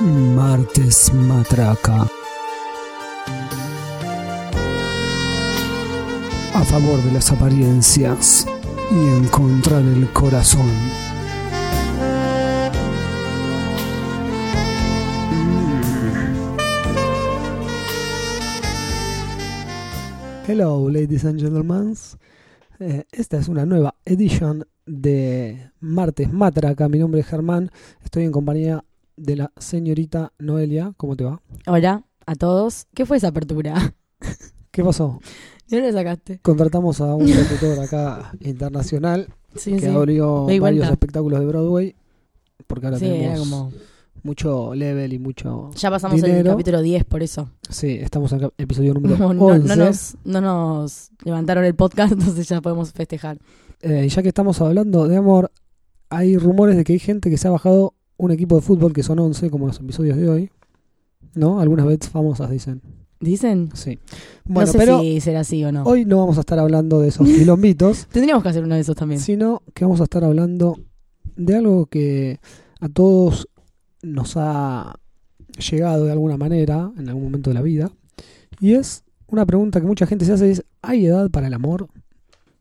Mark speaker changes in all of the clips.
Speaker 1: Martes Matraca. A favor de las apariencias y en contra del corazón. Hello, ladies and gentlemen. Eh, esta es una nueva edición de Martes Matraca. Mi nombre es Germán. Estoy en compañía de la señorita Noelia. ¿Cómo te va?
Speaker 2: Hola a todos. ¿Qué fue esa apertura?
Speaker 1: ¿Qué pasó?
Speaker 2: ¿De dónde la sacaste?
Speaker 1: Contratamos a un locutor acá internacional
Speaker 2: Sí,
Speaker 1: que
Speaker 2: sí.
Speaker 1: abrió
Speaker 2: Me di
Speaker 1: varios
Speaker 2: cuenta.
Speaker 1: espectáculos de Broadway. Porque ahora
Speaker 2: Sí, era
Speaker 1: tenemos
Speaker 2: como...
Speaker 1: mucho level y mucho.
Speaker 2: Ya pasamos el
Speaker 1: Dinero.
Speaker 2: capítulo 10, por eso.
Speaker 1: Sí, estamos en el episodio número
Speaker 2: No,
Speaker 1: 11.
Speaker 2: no- no nos, no nos levantaron el podcast, entonces ya podemos festejar.
Speaker 1: Eh, ya que estamos hablando de amor, hay rumores de que hay gente que se ha bajado un equipo de fútbol que son 11, como los episodios de hoy. ¿No? Algunas bets famosas dicen.
Speaker 2: ¿Dicen?
Speaker 1: Sí. Bueno,
Speaker 2: no sé
Speaker 1: pero
Speaker 2: si será así o no.
Speaker 1: hoy no vamos a estar hablando de esos quilombitos,
Speaker 2: Tendríamos que hacer uno de esos también.
Speaker 1: sino que vamos a estar hablando de algo que a todos nos ha llegado de alguna manera en algún momento de la vida. Y es una pregunta que mucha gente se hace, es, ¿hay edad para el amor?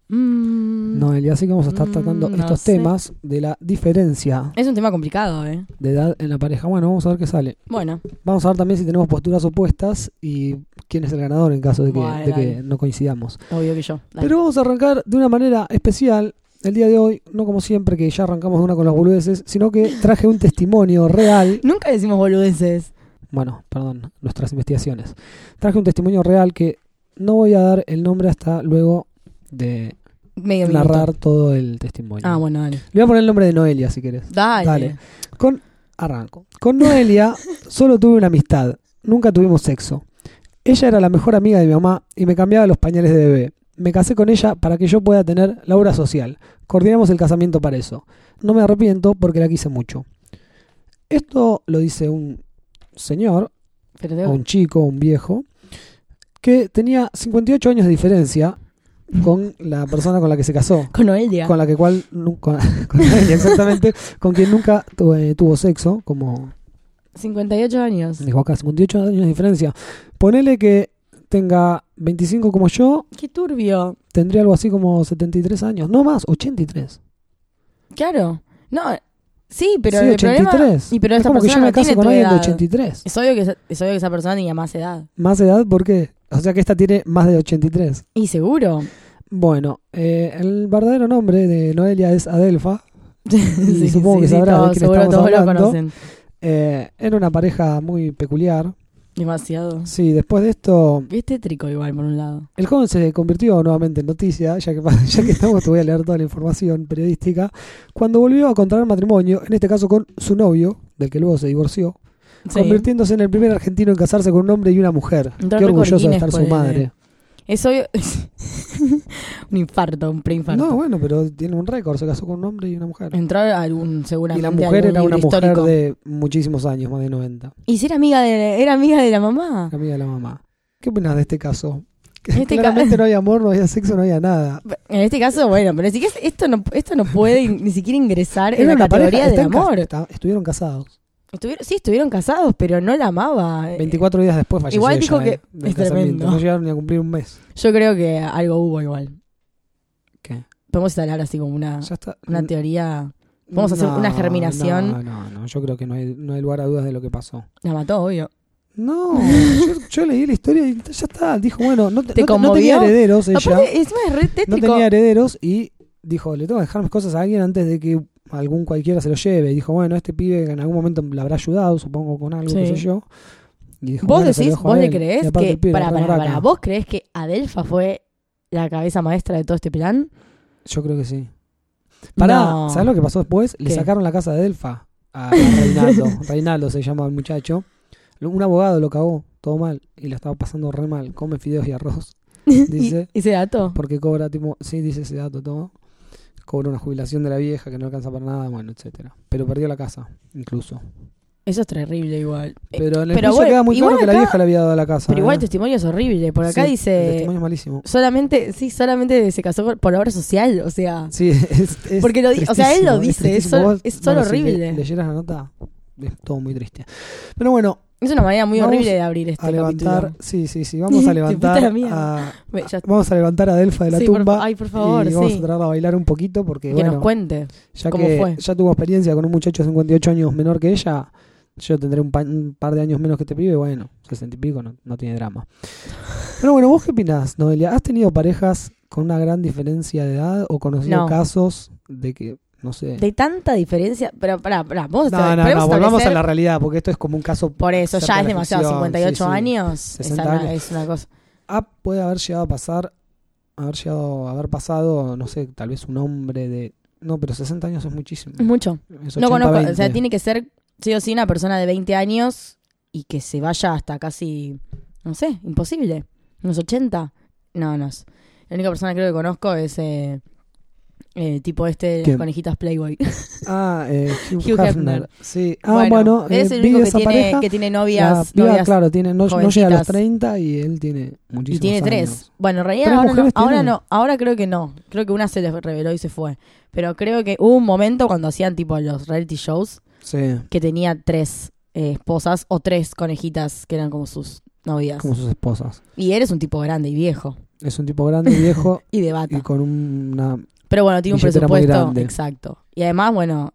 Speaker 2: Mm,
Speaker 1: No, Elia, así que vamos a estar
Speaker 2: Mm,
Speaker 1: tratando
Speaker 2: no
Speaker 1: estos
Speaker 2: sé.
Speaker 1: temas de la diferencia
Speaker 2: Es un tema complicado, ¿eh?
Speaker 1: de edad en la pareja. Bueno, vamos a ver qué sale.
Speaker 2: Bueno,
Speaker 1: Vamos a ver también si tenemos posturas opuestas y quién es el ganador en caso de que,
Speaker 2: Bueno,
Speaker 1: de que
Speaker 2: dale.
Speaker 1: no coincidamos.
Speaker 2: obvio que yo. Dale.
Speaker 1: Pero vamos a arrancar de una manera especial el día de hoy, no como siempre que ya arrancamos de una con las boludeces, sino que traje un testimonio real.
Speaker 2: Nunca decimos boludeces.
Speaker 1: Bueno, perdón, nuestras investigaciones. Traje un testimonio real que no voy a dar el nombre hasta luego de
Speaker 2: Medio minuto.
Speaker 1: narrar todo el testimonio.
Speaker 2: Ah, bueno, dale.
Speaker 1: Le voy a poner el nombre de Noelia si querés.
Speaker 2: Dale.
Speaker 1: Dale. Con arranco. Con Noelia solo tuve una amistad. Nunca tuvimos sexo. Ella era la mejor amiga de mi mamá y me cambiaba los pañales de bebé. Me casé con ella para que yo pueda tener la obra social. Coordinamos el casamiento para eso. No me arrepiento porque la quise mucho. Esto lo dice un señor
Speaker 2: Pero
Speaker 1: o
Speaker 2: tengo-
Speaker 1: un chico, un viejo, que tenía 58 años de diferencia con la persona con la que se casó
Speaker 2: Con Noelia.
Speaker 1: con la que cual nu- con, con ella, exactamente con quien nunca tu- eh, tuvo sexo como
Speaker 2: 58 años.
Speaker 1: dijo acá 58 años de diferencia ponele que tenga 25 como yo
Speaker 2: Qué turbio.
Speaker 1: tendría algo así como 73 años no más 83
Speaker 2: Claro. No, sí, pero
Speaker 1: sí
Speaker 2: el problema...
Speaker 1: 83
Speaker 2: Y pero
Speaker 1: es
Speaker 2: esta
Speaker 1: como que yo
Speaker 2: persona
Speaker 1: me
Speaker 2: no
Speaker 1: caso
Speaker 2: tiene
Speaker 1: con
Speaker 2: tu
Speaker 1: alguien de
Speaker 2: edad.
Speaker 1: 83
Speaker 2: Es obvio, que esa, es obvio que esa persona tenía más edad.
Speaker 1: más edad por qué o sea que esta tiene más de 83
Speaker 2: Y seguro.
Speaker 1: bueno eh, el verdadero nombre de Noelia es Adelfa
Speaker 2: sí,
Speaker 1: supongo que sabrá de
Speaker 2: todos-
Speaker 1: quién
Speaker 2: seguro
Speaker 1: estamos
Speaker 2: todos lo
Speaker 1: hablando.
Speaker 2: conocen.
Speaker 1: Eh, era una pareja muy peculiar
Speaker 2: Demasiado.
Speaker 1: sí después de esto
Speaker 2: Viste trico igual, por un lado.
Speaker 1: El joven se convirtió nuevamente en noticia, ya que, ya que estamos, te voy a leer toda la información periodística. Cuando volvió a contraer matrimonio, en este caso con su novio, del que luego se divorció,
Speaker 2: Sí.
Speaker 1: convirtiéndose en el primer argentino en casarse con un hombre y una mujer.
Speaker 2: Un récord
Speaker 1: Qué orgulloso de
Speaker 2: Guinness,
Speaker 1: estar su
Speaker 2: ponele.
Speaker 1: madre.
Speaker 2: Es obvio... un infarto, un preinfarto.
Speaker 1: No, bueno, pero tiene un récord, se casó con un hombre y una mujer.
Speaker 2: Entró a algún, seguramente,
Speaker 1: Y la
Speaker 2: a
Speaker 1: mujer era
Speaker 2: algún
Speaker 1: una
Speaker 2: libro
Speaker 1: mujer
Speaker 2: histórico.
Speaker 1: de muchísimos años, más de 90,
Speaker 2: Y si era amiga de, era amiga de la mamá.
Speaker 1: la amiga de la mamá. ¿Qué opinas de este caso? Que
Speaker 2: Ah. Este ca-
Speaker 1: claramente no había amor, no había sexo, no había nada.
Speaker 2: En este caso, bueno, pero sí que es- esto no, esto no puede in- ni siquiera ingresar en la
Speaker 1: una pareja,
Speaker 2: categoría del
Speaker 1: están ca-
Speaker 2: amor.
Speaker 1: está- estuvieron casados.
Speaker 2: Estuvieron, sí, estuvieron casados, pero no la amaba. Eh,
Speaker 1: 24 días después falleció
Speaker 2: Igual
Speaker 1: ella,
Speaker 2: dijo que-
Speaker 1: eh, del
Speaker 2: es
Speaker 1: casamiento.
Speaker 2: tremendo.
Speaker 1: No llegaron ni a cumplir un mes.
Speaker 2: Yo creo que algo hubo igual.
Speaker 1: ¿Qué?
Speaker 2: Podemos instalar así como una,
Speaker 1: Ya está.
Speaker 2: Ah, una
Speaker 1: N-
Speaker 2: teoría. vamos a hacer
Speaker 1: no,
Speaker 2: una germinación.
Speaker 1: No, no, no. Yo creo que no hay, no hay lugar a dudas de lo que pasó.
Speaker 2: La mató, obvio.
Speaker 1: No, yo, yo leí la historia y ya está. Dijo, bueno, no, te-
Speaker 2: ¿Te
Speaker 1: no te- no tenía
Speaker 2: conmovió?
Speaker 1: herederos ella.
Speaker 2: Aparte, encima es re
Speaker 1: no
Speaker 2: tétrico.
Speaker 1: tenía herederos y dijo, le tengo que dejar mis cosas a alguien antes de que algún cualquiera se lo lleve. Y dijo, bueno, este pibe en algún momento le habrá ayudado, supongo, con algo,
Speaker 2: Sí.
Speaker 1: qué sé yo. Y dijo,
Speaker 2: Vos
Speaker 1: bueno, se lo
Speaker 2: decís,
Speaker 1: dejo a
Speaker 2: vos le
Speaker 1: él. Y
Speaker 2: creés
Speaker 1: aparte el
Speaker 2: que.
Speaker 1: pibe era
Speaker 2: Para, para,
Speaker 1: remaraca.
Speaker 2: para, ¿Vos creés que Adelfa fue la cabeza maestra de todo este plan?
Speaker 1: Yo creo que sí. Pará,
Speaker 2: No.
Speaker 1: ¿sabes lo que pasó después? Le
Speaker 2: ¿Qué?
Speaker 1: sacaron la casa de Delfa a Reinaldo. Reinaldo se llama el muchacho. Lo- Un abogado lo cagó, todo mal. Y la estaba pasando re mal. Come fideos y arroz. Dice,
Speaker 2: ¿Y, y se dato?
Speaker 1: porque cobra, tipo, sí, dice ese dato todo. Cobra una jubilación de la vieja que no alcanza para nada, bueno, etcétera. Pero perdió la casa, incluso.
Speaker 2: Eso es terrible igual. Eh,
Speaker 1: Pero en el
Speaker 2: pero
Speaker 1: piso
Speaker 2: bueno,
Speaker 1: queda muy
Speaker 2: igual
Speaker 1: claro que la
Speaker 2: acá-
Speaker 1: vieja le había dado la casa.
Speaker 2: pero igual el
Speaker 1: ¿eh?
Speaker 2: testimonio es horrible. Por acá
Speaker 1: Sí, El
Speaker 2: dice.
Speaker 1: testimonio es malísimo.
Speaker 2: Solamente, sí, solamente se casó por, por obra social, o sea.
Speaker 1: Sí, es, es
Speaker 2: Porque lo di- o sea, él
Speaker 1: tristísimo,
Speaker 2: lo
Speaker 1: es
Speaker 2: dice, es
Speaker 1: tristísimo.
Speaker 2: solo-
Speaker 1: Vos,
Speaker 2: es solo
Speaker 1: bueno, si le-
Speaker 2: horrible.
Speaker 1: leyeras la nota, es todo muy triste. Pero bueno,
Speaker 2: Es una manera muy
Speaker 1: Vamos
Speaker 2: horrible de abrir este
Speaker 1: a levantar,
Speaker 2: capítulo.
Speaker 1: sí, sí, sí, vamos a
Speaker 2: Te fuiste a
Speaker 1: levantar
Speaker 2: la mierda.
Speaker 1: a,
Speaker 2: Ve, ya-
Speaker 1: vamos a levantar a Delfa de la
Speaker 2: Sí, por-
Speaker 1: tumba
Speaker 2: ay, por favor,
Speaker 1: y vamos
Speaker 2: sí.
Speaker 1: a traerla a bailar un poquito porque
Speaker 2: que
Speaker 1: bueno,
Speaker 2: nos cuente.
Speaker 1: ya
Speaker 2: cómo
Speaker 1: que
Speaker 2: fue.
Speaker 1: ya tuvo experiencia con un muchacho de 58 años menor que ella, yo tendré un, pa- un par de años menos que este pibe, bueno, 60 y pico no, no tiene drama. Pero bueno, vos qué opinás, Noelia? ¿Has tenido parejas con una gran diferencia de edad o conocido
Speaker 2: No.
Speaker 1: casos de que no sé?
Speaker 2: De tanta diferencia. Pero pará, pará. Vamos
Speaker 1: no,
Speaker 2: a
Speaker 1: no,
Speaker 2: podemos
Speaker 1: no, volvamos a
Speaker 2: establecer-
Speaker 1: la realidad porque esto es como un caso
Speaker 2: Por eso,
Speaker 1: cerca
Speaker 2: ya
Speaker 1: de
Speaker 2: es
Speaker 1: la
Speaker 2: demasiado.
Speaker 1: ficción, sí,
Speaker 2: 58
Speaker 1: sí.
Speaker 2: años. Es
Speaker 1: 60
Speaker 2: una,
Speaker 1: años.
Speaker 2: es una cosa.
Speaker 1: Ah, puede haber llegado a pasar, haber llegado, haber pasado, no sé, tal vez un hombre de... No, pero 60 años es muchísimo.
Speaker 2: Es mucho.
Speaker 1: Es 80,
Speaker 2: No conozco. O
Speaker 1: 20.
Speaker 2: sea, tiene que ser, sí o sí, una persona de 20 años y que se vaya hasta casi, no sé, imposible. Unos 80. No, no. es- La única persona que creo que conozco es eh, eh, tipo este de las
Speaker 1: ¿Quién?
Speaker 2: conejitas Playboy.
Speaker 1: Ah, eh, Hugh,
Speaker 2: Hugh
Speaker 1: Hefner.
Speaker 2: Hefner.
Speaker 1: Sí. Ah, bueno,
Speaker 2: él es
Speaker 1: eh,
Speaker 2: el
Speaker 1: vi
Speaker 2: único que
Speaker 1: esa
Speaker 2: tiene,
Speaker 1: pareja.
Speaker 2: que tiene
Speaker 1: la
Speaker 2: novias.
Speaker 1: piba,
Speaker 2: novias
Speaker 1: claro, tiene, no, no llega a los
Speaker 2: jovencitas.
Speaker 1: 30 y él tiene muchísimos
Speaker 2: y tiene tres.
Speaker 1: años.
Speaker 2: Bueno, en realidad
Speaker 1: ¿Tres
Speaker 2: ahora no,
Speaker 1: mujeres
Speaker 2: ahora
Speaker 1: tiene?
Speaker 2: no, ahora creo que no. Creo que una se les reveló y se fue. Pero creo que hubo un momento cuando hacían tipo los reality shows
Speaker 1: Sí,
Speaker 2: que tenía tres eh, esposas o tres conejitas que eran como sus novias.
Speaker 1: como sus esposas.
Speaker 2: Y eres un tipo grande y viejo
Speaker 1: Es un tipo grande, viejo
Speaker 2: y de bata.
Speaker 1: y con una...
Speaker 2: Pero bueno, tiene un
Speaker 1: billetera muy
Speaker 2: presupuesto
Speaker 1: grande.
Speaker 2: exacto. Y además, bueno,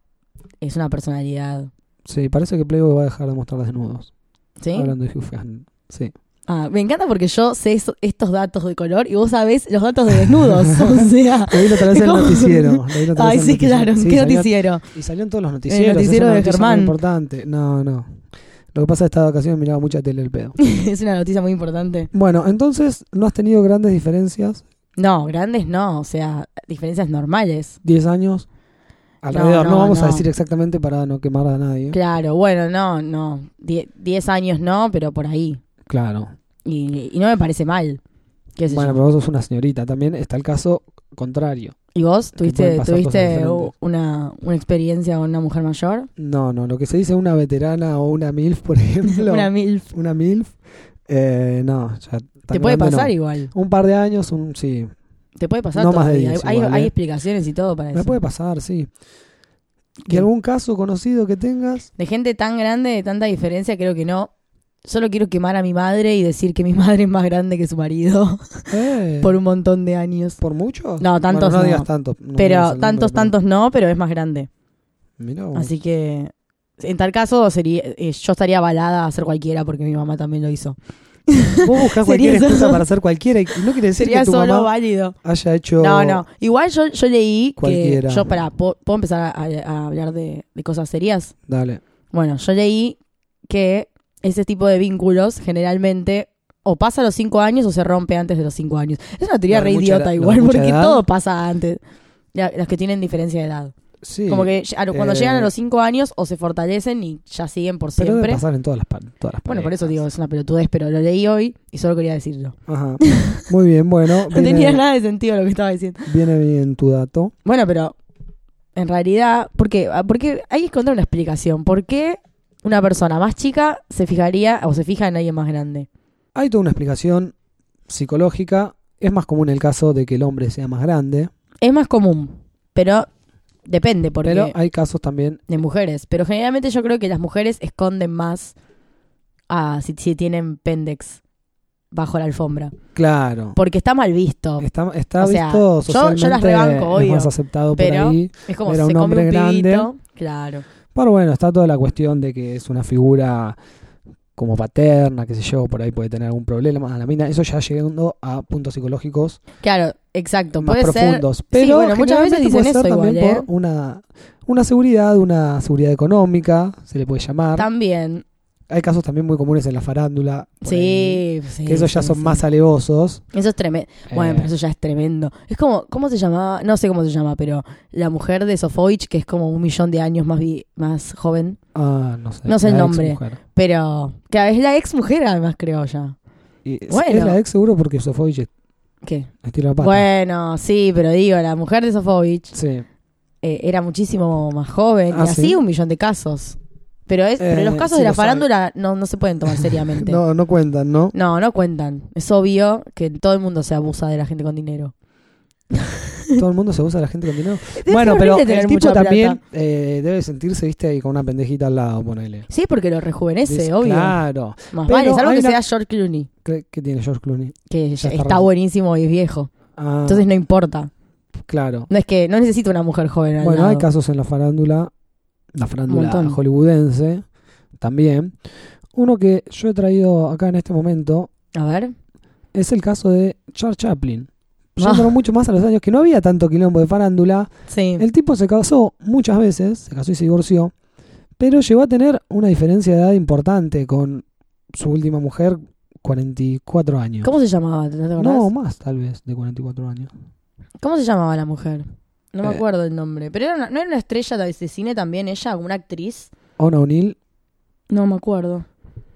Speaker 2: es una personalidad.
Speaker 1: Sí, parece que Playboy va a dejar de mostrar desnudos.
Speaker 2: ¿Sí?
Speaker 1: Hablando de Hugh Hefner. Sí.
Speaker 2: Ah, me encanta porque yo sé eso- estos datos de color y vos sabés los datos de desnudos. o sea.
Speaker 1: Leí otra vez el
Speaker 2: ¿Cómo?
Speaker 1: noticiero. leí la otra
Speaker 2: Ay,
Speaker 1: vez el
Speaker 2: sí, claro.
Speaker 1: noticiero. Sí,
Speaker 2: ¿Qué
Speaker 1: salió
Speaker 2: noticiero?
Speaker 1: Y salió en todos los noticieros. es
Speaker 2: noticiero
Speaker 1: una
Speaker 2: de
Speaker 1: noticia muy
Speaker 2: Germán.
Speaker 1: importante. No, no. Lo que pasa es que esta ocasión miraba mucha tele el pedo.
Speaker 2: es una noticia muy importante.
Speaker 1: Bueno, entonces no has tenido grandes diferencias.
Speaker 2: No, grandes no. O sea, diferencias normales.
Speaker 1: 10 años alrededor. No,
Speaker 2: no,
Speaker 1: vamos
Speaker 2: no.
Speaker 1: a decir exactamente para no quemar a nadie.
Speaker 2: Claro, bueno, no, no. Die- diez años no, pero por ahí.
Speaker 1: Claro.
Speaker 2: Y, y no me parece mal. ¿Qué sé
Speaker 1: Bueno,
Speaker 2: yo.
Speaker 1: pero vos sos una señorita. También está el caso contrario.
Speaker 2: ¿Y vos
Speaker 1: pueden pasar
Speaker 2: tuviste,
Speaker 1: cosas
Speaker 2: tuviste
Speaker 1: diferentes.
Speaker 2: una, una experiencia con una mujer mayor?
Speaker 1: No, no. Lo que se dice una veterana o una MILF, por ejemplo.
Speaker 2: una MILF.
Speaker 1: una MILF. eh, no, ya. tan
Speaker 2: Te puede
Speaker 1: grande no.
Speaker 2: pasar igual.
Speaker 1: Un par de años, un sí.
Speaker 2: Te puede pasar
Speaker 1: No
Speaker 2: todo.
Speaker 1: más de
Speaker 2: Y hay,
Speaker 1: diez
Speaker 2: hay-
Speaker 1: igual,
Speaker 2: hay
Speaker 1: ¿eh?
Speaker 2: explicaciones y todo para
Speaker 1: Me
Speaker 2: eso.
Speaker 1: puede pasar, sí. ¿Y
Speaker 2: ¿Qué?
Speaker 1: algún caso conocido que tengas?
Speaker 2: De gente tan grande, de tanta diferencia, creo que no. Solo quiero quemar a mi madre y decir que mi madre es más grande que su marido
Speaker 1: Eh,
Speaker 2: por un montón de años.
Speaker 1: ¿Por muchos?
Speaker 2: No, tantos
Speaker 1: Bueno, no,
Speaker 2: no.
Speaker 1: digas tantos. no digas
Speaker 2: Pero
Speaker 1: el nombre,
Speaker 2: tantos,
Speaker 1: pero-
Speaker 2: tantos no, pero es más grande.
Speaker 1: Mirá vos.
Speaker 2: Así que en tal caso sería eh, yo estaría avalada a ser cualquiera porque mi mamá también lo hizo.
Speaker 1: Vos buscás
Speaker 2: Sería
Speaker 1: cualquier excusa
Speaker 2: solo-
Speaker 1: para ser cualquiera y no quiere decir
Speaker 2: Sería
Speaker 1: que tu
Speaker 2: solo
Speaker 1: mamá
Speaker 2: válido.
Speaker 1: haya hecho.
Speaker 2: No, no. Igual yo, yo leí
Speaker 1: Cualquiera.
Speaker 2: que. Yo, para, ¿puedo, puedo empezar a, a hablar de, de cosas serias?
Speaker 1: Dale.
Speaker 2: Bueno, yo leí que ese tipo de vínculos generalmente o pasa a los cinco años o se rompe antes de los cinco años. Es una teoría
Speaker 1: Lo de
Speaker 2: re
Speaker 1: mucha
Speaker 2: idiota
Speaker 1: edad- lo de
Speaker 2: igual,
Speaker 1: mucha
Speaker 2: porque
Speaker 1: edad.
Speaker 2: todo pasa antes. Ya, Los que tienen diferencia de edad.
Speaker 1: Sí.
Speaker 2: Como que ya- cuando
Speaker 1: eh,
Speaker 2: llegan a los cinco años o se fortalecen y ya siguen por
Speaker 1: Pero debe
Speaker 2: siempre.
Speaker 1: pasar en todas las, pa- todas las
Speaker 2: Bueno, por eso digo,
Speaker 1: parejas.
Speaker 2: es una pelotudez, pero lo leí hoy y solo quería decirlo.
Speaker 1: Ajá. Muy bien, bueno.
Speaker 2: No
Speaker 1: Viene,
Speaker 2: tenía nada de sentido lo que estaba diciendo.
Speaker 1: viene bien tu dato.
Speaker 2: Bueno, pero en realidad, ¿por qué? Ah, Porque hay que encontrar una explicación. ¿Por qué una persona más chica se fijaría o se fija en alguien más grande?
Speaker 1: Hay toda una explicación psicológica. Es más común el caso de que el hombre sea más grande,
Speaker 2: Es más común, pero depende, porque
Speaker 1: pero hay casos también.
Speaker 2: de mujeres. Pero generalmente yo creo que las mujeres esconden más a si, si tienen pendex bajo la alfombra.
Speaker 1: Claro.
Speaker 2: Porque está mal visto.
Speaker 1: Está, está
Speaker 2: O sea,
Speaker 1: visto
Speaker 2: yo- yo las
Speaker 1: socialmente.
Speaker 2: rebanco,
Speaker 1: es
Speaker 2: obvio,
Speaker 1: más aceptado
Speaker 2: pero-
Speaker 1: por ahí.
Speaker 2: Es como
Speaker 1: Era
Speaker 2: si
Speaker 1: un
Speaker 2: se come
Speaker 1: hombre
Speaker 2: un
Speaker 1: grande.
Speaker 2: pibito. Claro.
Speaker 1: Pero bueno, está toda la cuestión de que es una figura como paterna, qué sé yo, por ahí puede tener algún problema a la mina. Eso ya llegando a puntos psicológicos
Speaker 2: Claro, exacto.
Speaker 1: más
Speaker 2: Puede ser.
Speaker 1: profundos. Pero
Speaker 2: bueno, muchas veces
Speaker 1: generalmente puede
Speaker 2: dicen
Speaker 1: ser
Speaker 2: eso
Speaker 1: también
Speaker 2: igual, ¿eh?
Speaker 1: por una, una seguridad, una seguridad económica, se le puede llamar.
Speaker 2: También.
Speaker 1: Hay casos también muy comunes en la farándula. por ahí,
Speaker 2: Sí, sí.
Speaker 1: que esos ya
Speaker 2: sí,
Speaker 1: son
Speaker 2: sí.
Speaker 1: más alevosos.
Speaker 2: Eso es tremendo. Bueno,
Speaker 1: Eh,
Speaker 2: pero eso ya es tremendo. Es como, ¿cómo se llamaba? No sé cómo se llama, pero la mujer de Sofovich, que es como un millón de años más, vi- más joven,
Speaker 1: ah, no sé.
Speaker 2: no sé el
Speaker 1: la
Speaker 2: nombre.
Speaker 1: exmujer.
Speaker 2: pero que es la ex mujer además, creo ya.
Speaker 1: Y es-
Speaker 2: Bueno.
Speaker 1: Es la ex seguro porque Sofovich est-
Speaker 2: ¿Qué?
Speaker 1: estira la pata.
Speaker 2: Bueno, sí, pero digo, la mujer de Sofovich
Speaker 1: Sí.
Speaker 2: eh, era muchísimo más joven
Speaker 1: Ah,
Speaker 2: y así
Speaker 1: ¿sí?
Speaker 2: un millón de casos. Pero, es, pero
Speaker 1: Eh,
Speaker 2: los casos
Speaker 1: sí
Speaker 2: de la
Speaker 1: los hay.
Speaker 2: farándula no, no se pueden tomar seriamente. no.
Speaker 1: No, no cuentan, ¿no?
Speaker 2: no, cuentan. Es obvio que todo el mundo se abusa de la gente con dinero.
Speaker 1: Todo el mundo se usa la gente con dinero.
Speaker 2: Debe
Speaker 1: bueno,
Speaker 2: ser
Speaker 1: pero
Speaker 2: horrible
Speaker 1: el
Speaker 2: Eh, tener
Speaker 1: tipo
Speaker 2: mucha plata.
Speaker 1: también eh, debe sentirse, viste, ahí con una pendejita al lado, ponele.
Speaker 2: Sí, porque lo rejuvenece,
Speaker 1: Dice,
Speaker 2: obvio.
Speaker 1: Claro.
Speaker 2: Más
Speaker 1: Pero
Speaker 2: vale, salvo
Speaker 1: hay
Speaker 2: que
Speaker 1: una-
Speaker 2: sea George Clooney,
Speaker 1: ¿Qué, qué tiene George Clooney?
Speaker 2: que
Speaker 1: Ya
Speaker 2: ya
Speaker 1: está
Speaker 2: está,
Speaker 1: re-
Speaker 2: buenísimo y es viejo.
Speaker 1: Ah,
Speaker 2: Entonces no importa.
Speaker 1: claro.
Speaker 2: No es que no necesito una mujer joven. al
Speaker 1: Bueno, hay
Speaker 2: lado.
Speaker 1: casos en la farándula, la farándula
Speaker 2: Montón.
Speaker 1: hollywoodense también. Uno que yo he traído acá en este momento
Speaker 2: A ver.
Speaker 1: es el caso de Charles Chaplin.
Speaker 2: Ah.
Speaker 1: Yéndonos mucho más a los años que no había tanto quilombo de farándula.
Speaker 2: Sí.
Speaker 1: El tipo se casó muchas veces, se casó y se divorció, pero llegó a tener una diferencia de edad importante con su última mujer, 44 años.
Speaker 2: ¿Cómo se llamaba? ¿No te acordás?
Speaker 1: No, más tal vez, de 44 años.
Speaker 2: ¿Cómo se llamaba la mujer? No me
Speaker 1: Eh.
Speaker 2: acuerdo el nombre. Pero era una- no era una estrella de de cine también ella, como una actriz.
Speaker 1: Ona O'Neill,
Speaker 2: No me acuerdo.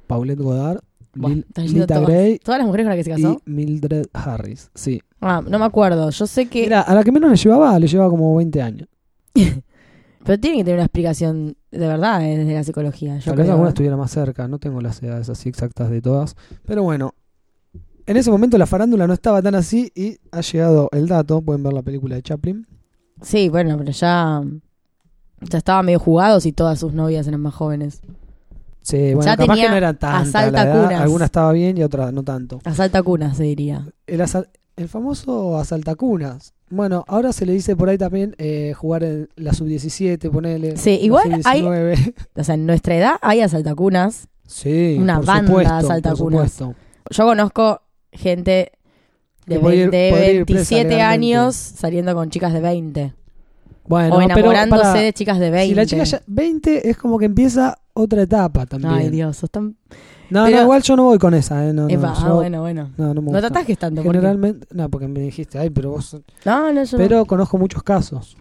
Speaker 1: Paulette Goddard,
Speaker 2: Buah,
Speaker 1: Lil-
Speaker 2: está yendo
Speaker 1: Lita
Speaker 2: todas.
Speaker 1: Gray
Speaker 2: ¿Todas las mujeres con las que se
Speaker 1: y
Speaker 2: casó?
Speaker 1: Mildred Harris. Sí.
Speaker 2: Ah, no me acuerdo. Yo sé que.
Speaker 1: Mira, a la que menos le llevaba, le llevaba como 20 años.
Speaker 2: Pero tiene que tener una explicación de verdad eh, desde la psicología. Yo
Speaker 1: Tal vez
Speaker 2: creo,
Speaker 1: alguna
Speaker 2: ¿eh?
Speaker 1: estuviera más cerca, no tengo las edades así exactas de todas. Pero bueno, en ese momento la farándula no estaba tan así y ha llegado el dato, pueden ver la película de Chaplin.
Speaker 2: Sí, bueno, pero ya. Ya estaba medio jugado si todas sus novias eran más jóvenes.
Speaker 1: Sí, bueno,
Speaker 2: Ya
Speaker 1: capaz
Speaker 2: tenía
Speaker 1: que no era tanta la
Speaker 2: asalta
Speaker 1: edad,
Speaker 2: cunas.
Speaker 1: alguna estaba bien y otra no tanto.
Speaker 2: Asalta cunas, se diría.
Speaker 1: El, asal- el famoso asaltacunas. Bueno, ahora se le dice por ahí también eh, jugar en la sub-17, ponele.
Speaker 2: Sí,
Speaker 1: la
Speaker 2: igual hay-
Speaker 1: sub-19.
Speaker 2: O sea, en nuestra edad hay asaltacunas.
Speaker 1: Sí,
Speaker 2: una
Speaker 1: por
Speaker 2: banda
Speaker 1: supuesto, por
Speaker 2: asaltacunas.
Speaker 1: supuesto.
Speaker 2: Yo conozco gente de,
Speaker 1: Que podría ir-
Speaker 2: 20, de
Speaker 1: podría ir presa
Speaker 2: 27
Speaker 1: legalmente.
Speaker 2: años saliendo con chicas de 20.
Speaker 1: Bueno,
Speaker 2: o
Speaker 1: pero
Speaker 2: enamorándose
Speaker 1: para-
Speaker 2: de chicas de 20.
Speaker 1: Si la chica ya 20 es como que empieza otra etapa también.
Speaker 2: Ay, Dios, sos tan...
Speaker 1: No,
Speaker 2: Pero-
Speaker 1: no, igual yo no voy con esa, eh. No, no,
Speaker 2: Epa, ah,
Speaker 1: yo-
Speaker 2: bueno, bueno.
Speaker 1: no, no me
Speaker 2: No
Speaker 1: gusta.
Speaker 2: te atajes tanto. porque-
Speaker 1: Generalmente, no, porque me dijiste, ay, pero vos.
Speaker 2: No, no, yo no.
Speaker 1: Pero conozco muchos casos.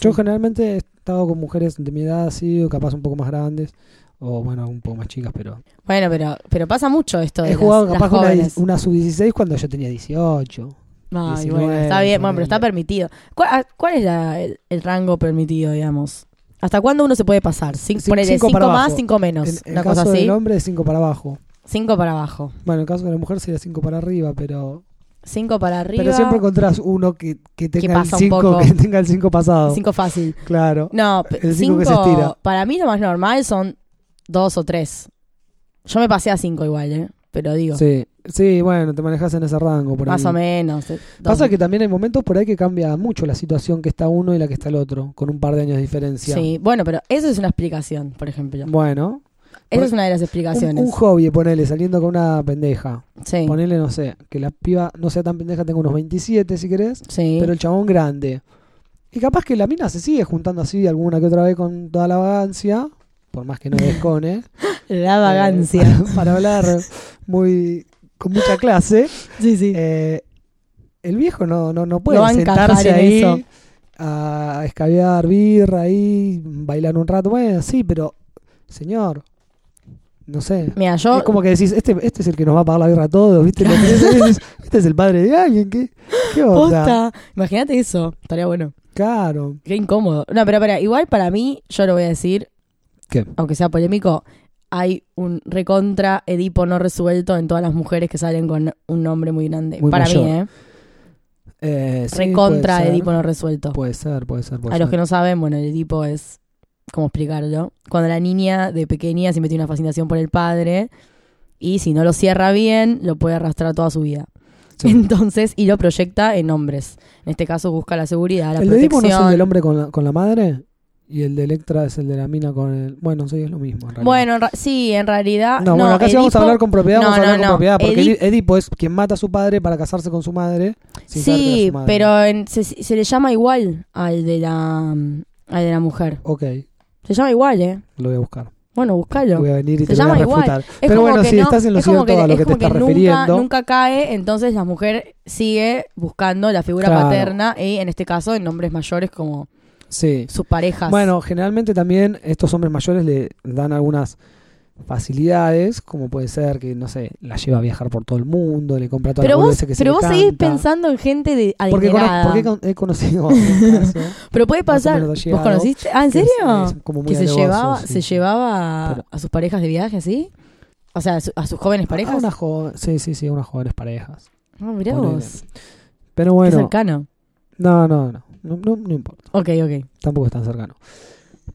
Speaker 1: Yo
Speaker 2: Sí.
Speaker 1: generalmente he estado con mujeres de mi edad así, o capaz un poco más grandes, o bueno, un poco más chicas, pero.
Speaker 2: Bueno, pero, pero pasa mucho esto de
Speaker 1: he jugado
Speaker 2: las, las
Speaker 1: capaz con una,
Speaker 2: jóvenes.
Speaker 1: una sub-16 cuando yo tenía 18.
Speaker 2: Ay,
Speaker 1: 19,
Speaker 2: bueno, está bien, bueno, pero está
Speaker 1: ponele.
Speaker 2: permitido. ¿Cuál, a- cuál es la- el, el rango permitido, digamos? ¿Hasta cuándo uno se puede pasar? Cin-
Speaker 1: Cin-
Speaker 2: ponele
Speaker 1: cinco
Speaker 2: cinco,
Speaker 1: para
Speaker 2: más,
Speaker 1: abajo.
Speaker 2: cinco menos.
Speaker 1: En- en
Speaker 2: una
Speaker 1: el
Speaker 2: cosa
Speaker 1: caso
Speaker 2: así.
Speaker 1: del hombre, 5 para abajo.
Speaker 2: Cinco para abajo.
Speaker 1: Bueno, en el caso de la mujer sería 5 para arriba, pero.
Speaker 2: Cinco para arriba.
Speaker 1: Pero siempre encontrás uno que, que tenga el
Speaker 2: pasa un
Speaker 1: 5
Speaker 2: poco.
Speaker 1: que tenga el 5 pasado.
Speaker 2: Cinco fácil.
Speaker 1: Claro.
Speaker 2: No, pe-
Speaker 1: El cinco
Speaker 2: cinco,
Speaker 1: que se estira.
Speaker 2: para mí lo más normal son dos o tres. Yo me pasé a cinco igual, ¿eh? Pero digo,
Speaker 1: Sí, sí, bueno, te manejas en ese rango por
Speaker 2: más
Speaker 1: ahí.
Speaker 2: o menos. eh, dos-
Speaker 1: Pasa que también hay momentos por ahí que cambia mucho la situación que está uno y la que está el otro, con un par de años de diferencia.
Speaker 2: Sí, bueno, pero eso es una explicación, por ejemplo.
Speaker 1: Bueno,
Speaker 2: Esa
Speaker 1: Por-
Speaker 2: es una de las
Speaker 1: un,
Speaker 2: explicaciones.
Speaker 1: un hobby, ponele, saliendo con una pendeja.
Speaker 2: sí,
Speaker 1: Ponele, no sé, que la piba no sea tan pendeja, tenga unos 27 si querés,
Speaker 2: sí.
Speaker 1: pero el chabón grande. Y capaz que la mina se sigue juntando así alguna que otra vez con toda la vagancia, por más que no descone.
Speaker 2: la vagancia.
Speaker 1: eh, para hablar muy con mucha clase.
Speaker 2: sí, sí.
Speaker 1: Eh, el viejo no, no, no puede
Speaker 2: No va a
Speaker 1: sentarse
Speaker 2: encajar en
Speaker 1: ahí
Speaker 2: eso.
Speaker 1: a escabear birra ahí, bailar un rato. Bueno, sí, pero, señor, no sé.
Speaker 2: Mira, yo.
Speaker 1: Es como que decís, este, este es el que nos va a pagar la birra a todos, ¿viste? Lo tenés ahí, decís, este es el padre de alguien, ¿qué, qué onda?
Speaker 2: Posta. Imagínate eso. Estaría bueno.
Speaker 1: Claro.
Speaker 2: Qué incómodo. No, pero, pero igual para mí, yo lo voy a decir.
Speaker 1: ¿Qué?
Speaker 2: Aunque sea polémico, hay un recontra Edipo no resuelto en todas las mujeres que salen con un nombre muy grande.
Speaker 1: Muy
Speaker 2: para
Speaker 1: mayor.
Speaker 2: mí, ¿eh?
Speaker 1: Eh, sí,
Speaker 2: recontra
Speaker 1: puede ser.
Speaker 2: Edipo no resuelto.
Speaker 1: Puede ser, puede ser, puede
Speaker 2: A los que
Speaker 1: ser.
Speaker 2: no saben, bueno, el Edipo es. ¿Cómo explicarlo? Cuando la niña de pequeña siempre tiene una fascinación por el padre y si no lo cierra bien, lo puede arrastrar toda su vida.
Speaker 1: Sí.
Speaker 2: Entonces, y lo proyecta en hombres. En este caso, busca la seguridad, la
Speaker 1: El de Edipo
Speaker 2: protección.
Speaker 1: no es el del hombre con la, con la madre y el de Electra es el de la mina con el... Bueno, sí, es lo mismo. en realidad.
Speaker 2: Bueno, en ra- sí, en realidad.
Speaker 1: No, bueno, acá si vamos a
Speaker 2: Edipo-
Speaker 1: hablar con propiedad,
Speaker 2: No,
Speaker 1: vamos a hablar
Speaker 2: no,
Speaker 1: con
Speaker 2: no.
Speaker 1: propiedad, porque
Speaker 2: Edip-
Speaker 1: Edi- Edipo es quien mata a su padre para casarse con su madre. sin saber que era
Speaker 2: Sí,
Speaker 1: su madre.
Speaker 2: pero en- se, se le llama igual al de la al de la mujer.
Speaker 1: Ok,
Speaker 2: Se llama igual, ¿eh?
Speaker 1: lo voy a buscar.
Speaker 2: Bueno, buscalo.
Speaker 1: Voy a venir y
Speaker 2: Se
Speaker 1: te lo voy a
Speaker 2: llama igual.
Speaker 1: refutar.
Speaker 2: Es
Speaker 1: pero
Speaker 2: como
Speaker 1: bueno,
Speaker 2: que
Speaker 1: si
Speaker 2: no-
Speaker 1: estás en lo
Speaker 2: es como
Speaker 1: cierto a lo
Speaker 2: es
Speaker 1: que te
Speaker 2: como
Speaker 1: estás
Speaker 2: nunca-
Speaker 1: refiriendo.
Speaker 2: Nunca, cae, entonces la mujer sigue buscando la figura
Speaker 1: Claro.
Speaker 2: paterna y en este caso en hombres mayores como
Speaker 1: Sí.
Speaker 2: sus parejas.
Speaker 1: Bueno, generalmente también estos hombres mayores le dan algunas facilidades, como puede ser que, no sé, la lleva a viajar por todo el mundo, le compra toda
Speaker 2: pero
Speaker 1: la
Speaker 2: vos,
Speaker 1: que se le
Speaker 2: pero vos seguís
Speaker 1: canta.
Speaker 2: pensando en gente de
Speaker 1: Porque, cono-
Speaker 2: adinerada.
Speaker 1: porque con- Ah, he conocido un caso
Speaker 2: pero puede
Speaker 1: más o
Speaker 2: pasar.
Speaker 1: menos
Speaker 2: ¿Vos
Speaker 1: llegado,
Speaker 2: conociste? Ah, ¿en
Speaker 1: que es-
Speaker 2: serio?
Speaker 1: es como muy
Speaker 2: que se
Speaker 1: alevoso,
Speaker 2: llevaba,
Speaker 1: sí,
Speaker 2: se
Speaker 1: sí.
Speaker 2: llevaba
Speaker 1: Pero- Ah,
Speaker 2: a sus parejas de viaje así. O sea, a, su- a sus jóvenes
Speaker 1: A
Speaker 2: parejas.
Speaker 1: unas joven- sí, sí, sí, a unas jóvenes parejas.
Speaker 2: Ah, mirá
Speaker 1: Ponele.
Speaker 2: vos.
Speaker 1: Pero
Speaker 2: Qué
Speaker 1: bueno,
Speaker 2: cercano.
Speaker 1: No, no, no, no, no, no importa.
Speaker 2: Ok, ok.
Speaker 1: Tampoco es tan cercano.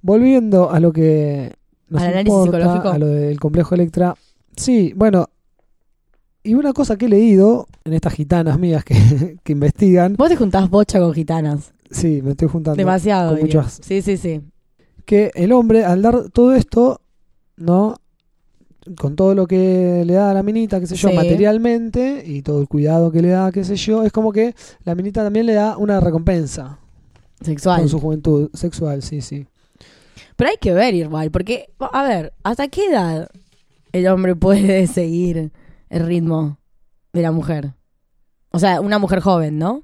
Speaker 1: Volviendo a lo que nos
Speaker 2: Al análisis
Speaker 1: importa,
Speaker 2: psicológico.
Speaker 1: a lo del complejo Electra. Sí, bueno. Y una cosa que he leído en estas gitanas mías que, que investigan.
Speaker 2: Vos te juntás bocha con gitanas.
Speaker 1: Sí, me estoy juntando.
Speaker 2: Demasiado.
Speaker 1: con
Speaker 2: diría.
Speaker 1: muchas.
Speaker 2: Sí, sí, sí.
Speaker 1: que el hombre al dar todo esto, ¿no? Con todo lo que le da a la minita, qué sé yo,
Speaker 2: Sí.
Speaker 1: materialmente y todo el cuidado que le da, qué sé yo, es como que la minita también le da una recompensa
Speaker 2: Sexual.
Speaker 1: con su juventud sexual, sí, sí.
Speaker 2: Pero hay que ver igual, porque, a ver, ¿hasta qué edad el hombre puede seguir el ritmo de la mujer? O sea, una mujer joven, ¿no?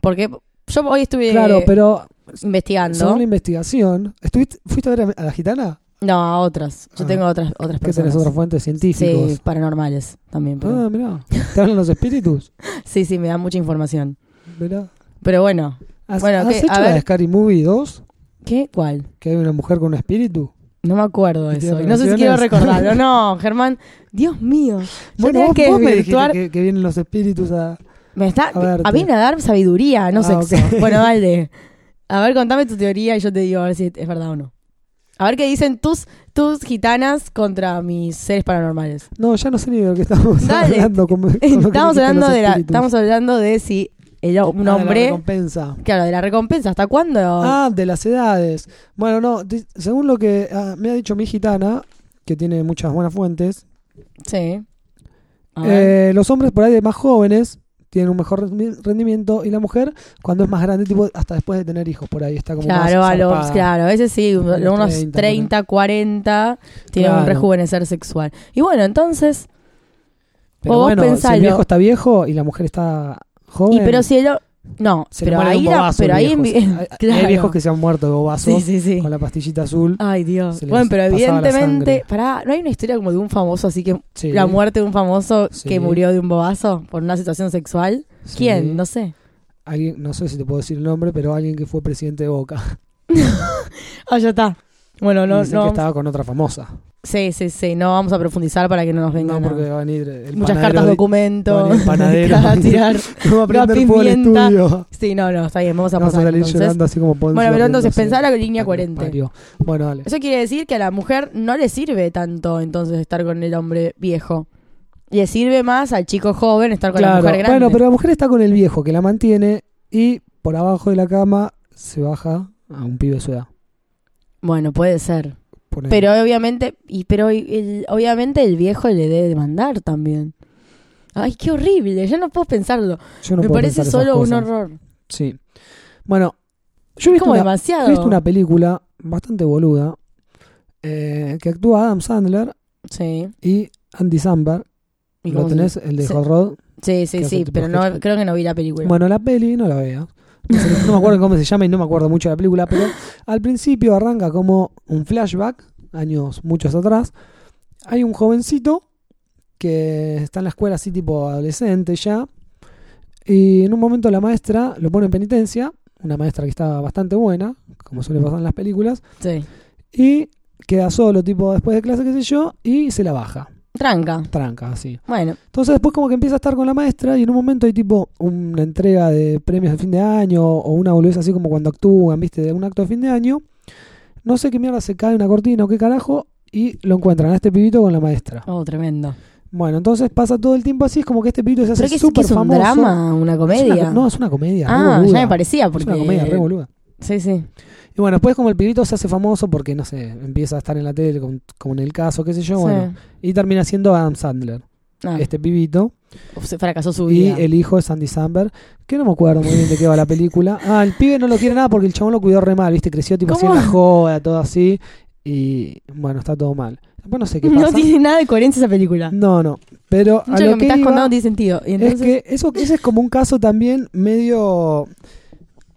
Speaker 2: Porque yo hoy estuve
Speaker 1: Claro, pero
Speaker 2: investigando.
Speaker 1: según la investigación, ¿estuviste, ¿fuiste a ver a- a la gitana?
Speaker 2: No, a otras. Yo
Speaker 1: Ah.
Speaker 2: tengo otras, otras
Speaker 1: Que
Speaker 2: personas.
Speaker 1: tenés otras fuentes científicas.
Speaker 2: Sí, paranormales también. pero-
Speaker 1: Ah, mirá, te hablan los espíritus,
Speaker 2: Sí, sí, me da mucha información.
Speaker 1: mirá.
Speaker 2: Pero bueno,
Speaker 1: ¿Has,
Speaker 2: Bueno,
Speaker 1: has
Speaker 2: ¿qué?
Speaker 1: hecho
Speaker 2: A
Speaker 1: la
Speaker 2: ver.
Speaker 1: de Scary Movie 2?
Speaker 2: ¿qué? ¿Cuál?
Speaker 1: Que hay una mujer con un espíritu.
Speaker 2: No me acuerdo de
Speaker 1: ¿Y
Speaker 2: eso.
Speaker 1: tiene
Speaker 2: Y No sé si quiero
Speaker 1: relaciones?
Speaker 2: recordarlo. No, Germán. Dios mío. Yo tenía
Speaker 1: vos,
Speaker 2: que
Speaker 1: vos me dijiste
Speaker 2: desvirtuar-
Speaker 1: que- que vienen los espíritus a...
Speaker 2: Me está,
Speaker 1: A ver,
Speaker 2: a, mí
Speaker 1: te-
Speaker 2: nadar sabiduría, no
Speaker 1: Ah,
Speaker 2: sexo.
Speaker 1: ok.
Speaker 2: Bueno, dale. A ver, contame tu teoría y yo te digo a ver si es verdad o no. A ver qué dicen tus, tus gitanas contra mis seres paranormales.
Speaker 1: No, ya no sé ni de lo que estamos
Speaker 2: Dale.
Speaker 1: hablando. con- con lo que
Speaker 2: Estamos
Speaker 1: dijiste
Speaker 2: hablando
Speaker 1: los
Speaker 2: de la,
Speaker 1: espíritus.
Speaker 2: estamos hablando de si el,
Speaker 1: Ah, de
Speaker 2: un
Speaker 1: la
Speaker 2: hombre,
Speaker 1: recompensa.
Speaker 2: claro, de la recompensa, ¿hasta cuándo?
Speaker 1: Ah, de las edades. Bueno, no, di- según lo que ah, me ha dicho mi gitana, que tiene muchas buenas fuentes,
Speaker 2: sí. A ver.
Speaker 1: eh, los hombres por ahí de más jóvenes tienen un mejor rendi- rendimiento y la mujer cuando es más grande, tipo hasta después de tener hijos, por ahí está como más
Speaker 2: claro, a los-
Speaker 1: zarpada.
Speaker 2: claro, a veces sí,
Speaker 1: Como los
Speaker 2: unos
Speaker 1: 30,
Speaker 2: 30, 40 tienen un
Speaker 1: Claro.
Speaker 2: rejuvenecer sexual. Y bueno, entonces
Speaker 1: Pero
Speaker 2: O vos
Speaker 1: bueno, si el
Speaker 2: pensalo.
Speaker 1: viejo está viejo y la mujer está joven,
Speaker 2: Y pero si él... No,
Speaker 1: se le
Speaker 2: pero
Speaker 1: muere de
Speaker 2: ahí,
Speaker 1: un
Speaker 2: la-
Speaker 1: bobazo
Speaker 2: pero
Speaker 1: el
Speaker 2: ahí
Speaker 1: viejo.
Speaker 2: en-
Speaker 1: Hay- Hay
Speaker 2: claro.
Speaker 1: viejos que se han muerto de bobazo
Speaker 2: Sí, sí, sí.
Speaker 1: con la pastillita azul.
Speaker 2: Ay, Dios.
Speaker 1: se les
Speaker 2: Bueno, pero
Speaker 1: pasaba la sangre.
Speaker 2: evidentemente, pará, ¿no hay una historia como de un famoso así que
Speaker 1: Sí,
Speaker 2: la muerte de un famoso
Speaker 1: Sí.
Speaker 2: que murió de un bobazo por una situación sexual?
Speaker 1: sí.
Speaker 2: ¿Quién? No sé.
Speaker 1: alguien, no sé si te puedo decir el nombre, pero alguien que fue presidente de Boca.
Speaker 2: Ah, ya está. Bueno, no,
Speaker 1: Dicen que
Speaker 2: no.
Speaker 1: estaba con otra famosa.
Speaker 2: Sí, sí, sí. No vamos a profundizar para que no nos vengan
Speaker 1: no,
Speaker 2: a-
Speaker 1: porque va a venir el panadero
Speaker 2: muchas cartas
Speaker 1: de- va a
Speaker 2: documento.
Speaker 1: venir el panadero.
Speaker 2: a tirar.
Speaker 1: No va a
Speaker 2: la
Speaker 1: prender fuego el
Speaker 2: pimienta.
Speaker 1: estudio.
Speaker 2: Sí, no, no, está bien. Vamos a
Speaker 1: Vamos a
Speaker 2: pasar.
Speaker 1: salir
Speaker 2: entonces.
Speaker 1: llorando así como Poncio.
Speaker 2: Bueno, pero entonces
Speaker 1: riéndose.
Speaker 2: pensá la línea
Speaker 1: Ah,
Speaker 2: 40.
Speaker 1: parió. Bueno, dale.
Speaker 2: Eso quiere decir que a la mujer no le sirve tanto entonces estar con el hombre viejo. Le sirve más al chico joven estar con la
Speaker 1: Claro.
Speaker 2: mujer grande.
Speaker 1: Bueno, pero la mujer está con el viejo que la mantiene y por abajo de la cama se baja a un pibe de su edad.
Speaker 2: Bueno, puede ser.
Speaker 1: Ponele.
Speaker 2: Pero obviamente, y pero el- obviamente el viejo le debe demandar también. Ay, qué horrible, ya no puedo pensarlo.
Speaker 1: Yo no
Speaker 2: Me
Speaker 1: puedo
Speaker 2: parece
Speaker 1: pensar esas
Speaker 2: solo un
Speaker 1: cosas.
Speaker 2: horror.
Speaker 1: Sí. Bueno, yo he visto
Speaker 2: Como
Speaker 1: una,
Speaker 2: demasiado.
Speaker 1: He visto una película bastante boluda eh, que actúa Adam Sandler
Speaker 2: Sí.
Speaker 1: y Andy Samberg.
Speaker 2: ¿Y
Speaker 1: ¿Lo
Speaker 2: cómo se-
Speaker 1: tenés? El de
Speaker 2: se-
Speaker 1: Hot Rod.
Speaker 2: Sí, sí,
Speaker 1: que hace
Speaker 2: sí,
Speaker 1: tipo
Speaker 2: pero no
Speaker 1: sketch?
Speaker 2: creo que no vi la película.
Speaker 1: Bueno, la peli no la veo. No, sé- no me acuerdo cómo se llama y no me acuerdo mucho de la película, pero al principio arranca como un flashback, años muchos atrás. Hay un jovencito que está en la escuela así tipo adolescente ya. Y en un momento la maestra lo pone en penitencia, una maestra que está bastante buena, como suele pasar en las películas.
Speaker 2: Sí.
Speaker 1: y queda solo, tipo después de clase, qué sé yo, y se la baja,
Speaker 2: Tranca.
Speaker 1: tranca, así.
Speaker 2: Bueno,
Speaker 1: Entonces después como que empieza a estar con la maestra y en un momento hay tipo una entrega de premios de fin de año o una boludez así como cuando actúan, viste, de un acto de fin de año. No sé qué mierda se cae una cortina o qué carajo y lo encuentran a este pibito con la maestra.
Speaker 2: oh, tremendo.
Speaker 1: Bueno, entonces pasa todo el tiempo así, es como que este pibito se
Speaker 2: ¿Pero qué
Speaker 1: hace
Speaker 2: es, que
Speaker 1: súper
Speaker 2: es un
Speaker 1: famoso.
Speaker 2: drama, una
Speaker 1: Es
Speaker 2: comedia?
Speaker 1: una- no, es una comedia. re
Speaker 2: ah,
Speaker 1: boluda.
Speaker 2: ya me parecía porque
Speaker 1: Es una comedia re boluda.
Speaker 2: Sí, sí.
Speaker 1: Y bueno, después como el pibito se hace famoso porque, no sé, empieza a estar en la tele, con- como en el caso, qué sé yo,
Speaker 2: Sí.
Speaker 1: bueno. Y termina siendo Adam Sandler,
Speaker 2: Ah,
Speaker 1: este pibito.
Speaker 2: se fracasó su
Speaker 1: Y
Speaker 2: vida.
Speaker 1: el hijo es Sandy Samberg, que no me acuerdo muy bien de qué va la película. Ah, el pibe no lo quiere nada porque el chabón lo cuidó re mal, ¿viste? Creció tipo así en
Speaker 2: ¿Cómo?
Speaker 1: la joda, todo así. Y bueno, está todo mal. Después no sé qué pasa.
Speaker 2: No tiene nada de coherencia esa película.
Speaker 1: No, no. Pero a
Speaker 2: Mucho
Speaker 1: lo
Speaker 2: que me
Speaker 1: que
Speaker 2: estás
Speaker 1: iba
Speaker 2: contando no tiene sentido. Y
Speaker 1: es
Speaker 2: entonces,
Speaker 1: que eso, ese es como un caso también medio,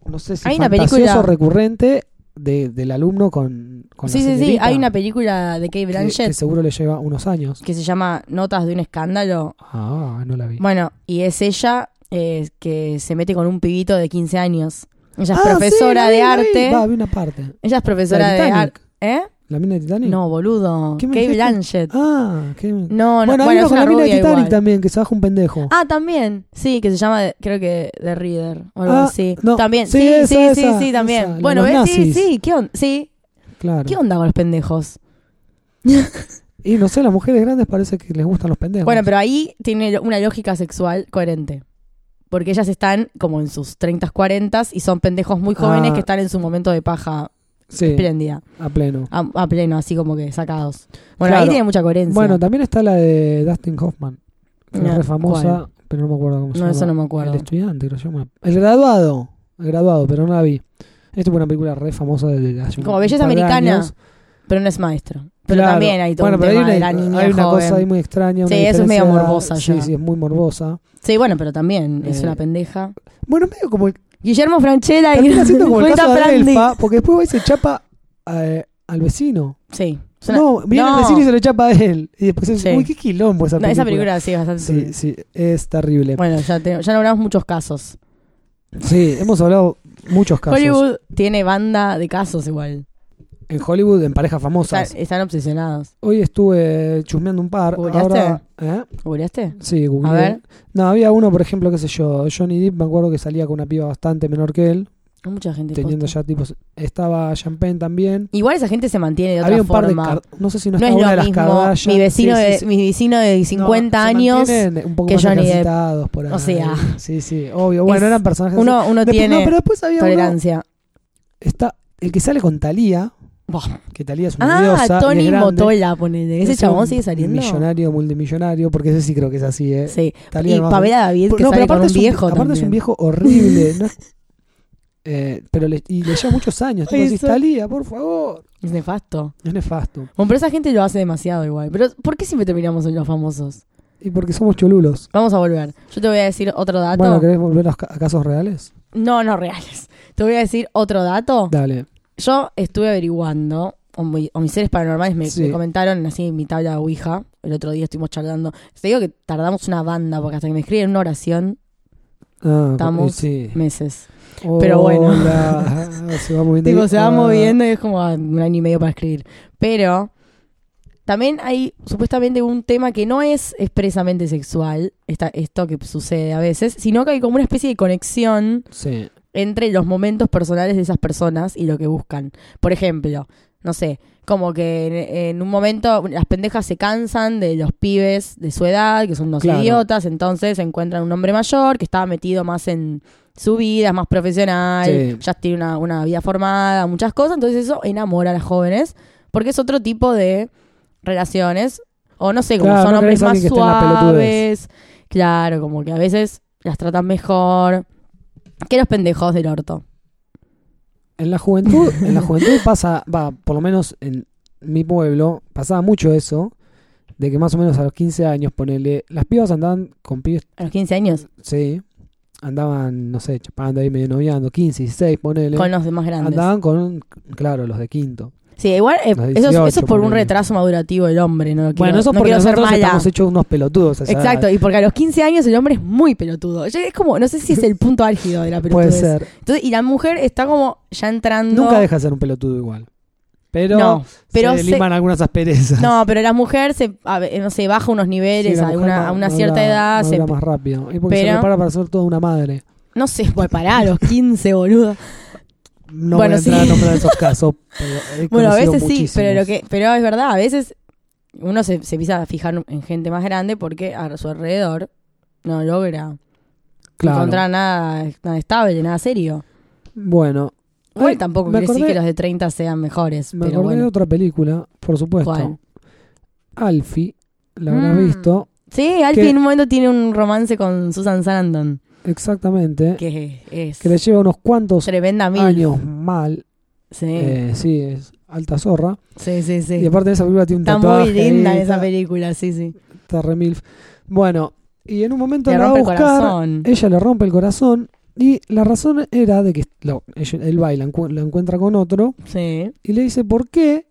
Speaker 1: no sé si
Speaker 2: Hay una
Speaker 1: fantasioso
Speaker 2: película-
Speaker 1: recurrente de- del alumno con, con la
Speaker 2: sí, sí, sí.
Speaker 1: señorita,
Speaker 2: Hay una película de Kate
Speaker 1: que-
Speaker 2: Blanchett
Speaker 1: que
Speaker 2: que,
Speaker 1: seguro le lleva unos años.
Speaker 2: se llama Notas de un escándalo.
Speaker 1: Ah, no la vi.
Speaker 2: Bueno, y es ella eh, que se mete con un pibito de 15 años. Ella es
Speaker 1: Ah, sí,
Speaker 2: profesora
Speaker 1: la vi,
Speaker 2: de
Speaker 1: la vi.
Speaker 2: arte.
Speaker 1: Va, vi una parte.
Speaker 2: Ella es profesora
Speaker 1: La
Speaker 2: de
Speaker 1: Titanic.
Speaker 2: arte. ¿Eh?
Speaker 1: ¿La mina de Titanic?
Speaker 2: No, boludo.
Speaker 1: ¿Qué me
Speaker 2: Kate
Speaker 1: dijiste?
Speaker 2: Blanchett.
Speaker 1: Ah, qué...
Speaker 2: No,
Speaker 1: bueno,
Speaker 2: no, bueno,
Speaker 1: hay uno
Speaker 2: es
Speaker 1: con
Speaker 2: una
Speaker 1: la mina de
Speaker 2: rubia
Speaker 1: Titanic
Speaker 2: igual.
Speaker 1: también, que se baja un pendejo.
Speaker 2: Ah, también. Sí, que se llama, creo que The Reader o algo
Speaker 1: Ah,
Speaker 2: así.
Speaker 1: no.
Speaker 2: También,
Speaker 1: Sí,
Speaker 2: sí,
Speaker 1: esa,
Speaker 2: sí, sí,
Speaker 1: esa,
Speaker 2: sí, también.
Speaker 1: esa, la
Speaker 2: bueno,
Speaker 1: de
Speaker 2: ¿ves?
Speaker 1: los
Speaker 2: Sí,
Speaker 1: nazis.
Speaker 2: sí, ¿qué onda? Sí,
Speaker 1: claro.
Speaker 2: Ah, ¿qué onda con los pendejos?
Speaker 1: Y no sé, las mujeres grandes parece que les gustan los pendejos.
Speaker 2: Bueno, pero ahí tiene lo- una lógica sexual coherente. Porque ellas están como en sus 30, 40 y son pendejos muy jóvenes
Speaker 1: Ah.
Speaker 2: que están en su momento de paja
Speaker 1: sí,
Speaker 2: espléndida,
Speaker 1: a pleno.
Speaker 2: a, a pleno, así como que sacados. Bueno, ahí
Speaker 1: Claro.
Speaker 2: tiene mucha coherencia.
Speaker 1: Bueno, también está la de Dustin Hoffman. que es
Speaker 2: No,
Speaker 1: re famosa, pero no me acuerdo cómo se
Speaker 2: No,
Speaker 1: llama.
Speaker 2: eso no me acuerdo.
Speaker 1: El estudiante, creo que se llama. El graduado. El graduado, pero no la vi. Esto fue una película re famosa de hace un
Speaker 2: Como Belleza
Speaker 1: par de
Speaker 2: Americana.
Speaker 1: años.
Speaker 2: pero no es maestro. Pero
Speaker 1: Claro.
Speaker 2: también hay todo
Speaker 1: bueno,
Speaker 2: un
Speaker 1: pero
Speaker 2: tema
Speaker 1: hay
Speaker 2: de
Speaker 1: una,
Speaker 2: la niña
Speaker 1: hay una
Speaker 2: joven.
Speaker 1: cosa ahí muy extraña. una
Speaker 2: Sí, eso es medio
Speaker 1: diferencia-
Speaker 2: morbosa
Speaker 1: Sí,
Speaker 2: ya.
Speaker 1: sí, es muy morbosa.
Speaker 2: Sí, bueno, pero también es
Speaker 1: Eh.
Speaker 2: una pendeja.
Speaker 1: Bueno, medio como el,
Speaker 2: Guillermo Franchella y
Speaker 1: termina siendo como el
Speaker 2: Julieta
Speaker 1: caso de
Speaker 2: Prandi.
Speaker 1: Adelfa, porque después va y se chapa eh, al vecino.
Speaker 2: Sí. es una-
Speaker 1: No, viene
Speaker 2: No.
Speaker 1: el vecino y se lo chapa a él. Y después se
Speaker 2: Sí.
Speaker 1: uy, qué quilombo esa
Speaker 2: no,
Speaker 1: película.
Speaker 2: esa película sí es bastante.
Speaker 1: Sí, sí, es terrible.
Speaker 2: Bueno, ya, te- ya nombramos muchos casos.
Speaker 1: Sí, hemos hablado muchos casos.
Speaker 2: Hollywood tiene banda de casos igual.
Speaker 1: En Hollywood, en parejas
Speaker 2: Están,
Speaker 1: famosas.
Speaker 2: están obsesionados.
Speaker 1: Hoy estuve chusmeando un par.
Speaker 2: ¿Googleaste?
Speaker 1: Ahora, ¿eh?
Speaker 2: ¿Googleaste?
Speaker 1: Sí, googleé.
Speaker 2: A ver.
Speaker 1: No, había uno, por ejemplo, qué sé yo, Johnny Depp, me acuerdo que salía con una piba bastante menor que él,
Speaker 2: Hay mucha gente.
Speaker 1: teniendo
Speaker 2: posta.
Speaker 1: ya tipos... Estaba Champagne también.
Speaker 2: Igual esa gente se mantiene de otra
Speaker 1: había un par
Speaker 2: forma.
Speaker 1: de... Car- No sé si no,
Speaker 2: no
Speaker 1: estaba una de
Speaker 2: es lo
Speaker 1: las
Speaker 2: mismo
Speaker 1: Kardashian.
Speaker 2: mi vecino,
Speaker 1: Sí, sí,
Speaker 2: de,
Speaker 1: sí.
Speaker 2: mi vecino de 50
Speaker 1: No, se
Speaker 2: años.
Speaker 1: mantienen un poco
Speaker 2: que
Speaker 1: más
Speaker 2: Johnny Depp.
Speaker 1: ejercitados por ahí.
Speaker 2: O sea.
Speaker 1: Sí, sí, obvio. Bueno,
Speaker 2: Es-
Speaker 1: eran personajes...
Speaker 2: Uno, uno
Speaker 1: Después-
Speaker 2: tiene
Speaker 1: No, pero después había uno...
Speaker 2: tolerancia.
Speaker 1: Está... El que sale con Talía,
Speaker 2: Buah.
Speaker 1: que Talía es una
Speaker 2: Ah,
Speaker 1: diosa, y es
Speaker 2: Tony
Speaker 1: grande.
Speaker 2: Motola, ponele. Ese
Speaker 1: Es
Speaker 2: chabón
Speaker 1: un
Speaker 2: sigue saliendo.
Speaker 1: Millonario, multimillonario, porque ese sí creo que es así, ¿eh?
Speaker 2: Sí.
Speaker 1: Talía
Speaker 2: Y
Speaker 1: no-
Speaker 2: Pamela David, que
Speaker 1: No,
Speaker 2: sale
Speaker 1: pero
Speaker 2: con
Speaker 1: aparte
Speaker 2: un
Speaker 1: es un,
Speaker 2: viejo
Speaker 1: aparte es un
Speaker 2: también.
Speaker 1: viejo horrible. ¿no? Eh, pero le, y le lleva muchos años. Tipo,
Speaker 2: Ay,
Speaker 1: decís,
Speaker 2: eso-
Speaker 1: Talía, por favor.
Speaker 2: Es nefasto.
Speaker 1: Es nefasto.
Speaker 2: Bueno, pero esa gente lo hace demasiado igual. Pero ¿por qué siempre terminamos en los famosos?
Speaker 1: Y porque somos cholulos.
Speaker 2: Vamos a volver. Yo te voy a decir otro dato.
Speaker 1: Bueno, ¿querés volver a los ca- a casos reales?
Speaker 2: No, no reales. Te voy a decir otro dato.
Speaker 1: Dale.
Speaker 2: Yo estuve averiguando, o, mi- o mis seres paranormales me,
Speaker 1: Sí.
Speaker 2: me comentaron así en mi tabla de Ouija. El otro día estuvimos charlando. Te digo que tardamos una banda, porque hasta que me escriben una oración,
Speaker 1: Ah,
Speaker 2: Estamos-
Speaker 1: eh, sí.
Speaker 2: meses. pero bueno.
Speaker 1: Hola. Ah, se va moviendo.
Speaker 2: Tipo, se va
Speaker 1: Ah.
Speaker 2: moviendo y es como ah, un año y medio para escribir. Pero también hay supuestamente un tema que no es expresamente sexual, esta- esto que sucede a veces, sino que hay como una especie de conexión
Speaker 1: Sí.
Speaker 2: entre los momentos personales de esas personas y lo que buscan. Por ejemplo, no sé, como que en, en un momento las pendejas se cansan de los pibes de su edad, que son unos
Speaker 1: Claro.
Speaker 2: idiotas, entonces encuentran un hombre mayor que estaba metido más en su vida, es más profesional,
Speaker 1: Sí.
Speaker 2: ya tiene una, una vida formada, muchas cosas, entonces eso enamora a las jóvenes, porque es otro tipo de relaciones, o no sé, como
Speaker 1: Claro,
Speaker 2: son
Speaker 1: no
Speaker 2: hombres
Speaker 1: querés a
Speaker 2: más
Speaker 1: alguien que esté en la pelotudez.
Speaker 2: suaves, claro, como que a veces las tratan mejor que los pendejos del orto.
Speaker 1: En la juventud, en la juventud pasa, va, por lo menos en mi pueblo, pasaba mucho eso, de que más o menos a los 15 años, ponele, las pibas andaban con pibes
Speaker 2: A los 15 años,
Speaker 1: Sí. Andaban, no sé, chapando ahí medio noviando, 15, 16, ponele.
Speaker 2: con los demás grandes.
Speaker 1: Andaban con, claro, los de quinto.
Speaker 2: Sí, igual eh,
Speaker 1: Los
Speaker 2: eso, es-
Speaker 1: 18,
Speaker 2: eso es por un
Speaker 1: ponele.
Speaker 2: retraso madurativo del hombre, no lo quiero,
Speaker 1: bueno, eso es
Speaker 2: no
Speaker 1: porque
Speaker 2: quiero ser
Speaker 1: nosotros
Speaker 2: mala.
Speaker 1: estamos hechos unos pelotudos. a esa
Speaker 2: Exacto,
Speaker 1: edad.
Speaker 2: y porque a los 15 años el hombre es muy pelotudo. Ya Es como, no sé si es el punto álgido de la pelotudez.
Speaker 1: Puede ser.
Speaker 2: Entonces, y la mujer está como ya entrando.
Speaker 1: Nunca deja de ser un pelotudo igual. Pero,
Speaker 2: No, pero
Speaker 1: se
Speaker 2: se-
Speaker 1: liman algunas asperezas.
Speaker 2: No, pero la mujer se, a ve- no sé, baja unos
Speaker 1: Sí, la
Speaker 2: niveles a,
Speaker 1: mujer
Speaker 2: una,
Speaker 1: ma-
Speaker 2: a una
Speaker 1: madura-
Speaker 2: cierta edad. se-
Speaker 1: madura más rápido. Y porque se
Speaker 2: Pero-
Speaker 1: prepara para ser toda una madre.
Speaker 2: no sé, pues pará, a los 15, boludo.
Speaker 1: No voy a
Speaker 2: Bueno,
Speaker 1: entrar
Speaker 2: sí.
Speaker 1: a nombrar esos casos. pero he
Speaker 2: Bueno, a
Speaker 1: conocido
Speaker 2: veces sí, pero lo
Speaker 1: muchísimos.
Speaker 2: que, pero es verdad, a veces uno se, se empieza a fijar en gente más grande porque a su alrededor no logra
Speaker 1: Claro.
Speaker 2: encontrar nada, nada estable, nada serio.
Speaker 1: Bueno,
Speaker 2: Igual
Speaker 1: Ay,
Speaker 2: tampoco
Speaker 1: me
Speaker 2: quiere decir
Speaker 1: acordé-
Speaker 2: que los de 30 sean mejores,
Speaker 1: Me
Speaker 2: pero
Speaker 1: acordé de
Speaker 2: bueno.
Speaker 1: otra película, por supuesto.
Speaker 2: ¿Cuál?
Speaker 1: Alfie, la habrás
Speaker 2: Mm.
Speaker 1: visto.
Speaker 2: Sí, Alfie
Speaker 1: que-
Speaker 2: en un momento tiene un romance con Susan Sarandon,
Speaker 1: Exactamente.
Speaker 2: que es
Speaker 1: Que le lleva unos cuantos
Speaker 2: tremenda mil.
Speaker 1: años mal.
Speaker 2: Sí,
Speaker 1: Eh, sí, es alta zorra.
Speaker 2: sí, sí, sí.
Speaker 1: Y aparte en esa película tiene un
Speaker 2: Está
Speaker 1: tatuaje.
Speaker 2: muy linda
Speaker 1: ahí,
Speaker 2: en esa
Speaker 1: está-
Speaker 2: película, sí, sí.
Speaker 1: Está re milf. Bueno, y en un momento
Speaker 2: Le
Speaker 1: la va a
Speaker 2: rompe el
Speaker 1: buscar,
Speaker 2: corazón.
Speaker 1: Ella le rompe el corazón. Y la razón era de que lo- ella- él va y la, encu- la encuentra con otro.
Speaker 2: Sí,
Speaker 1: Y le dice, ¿por qué?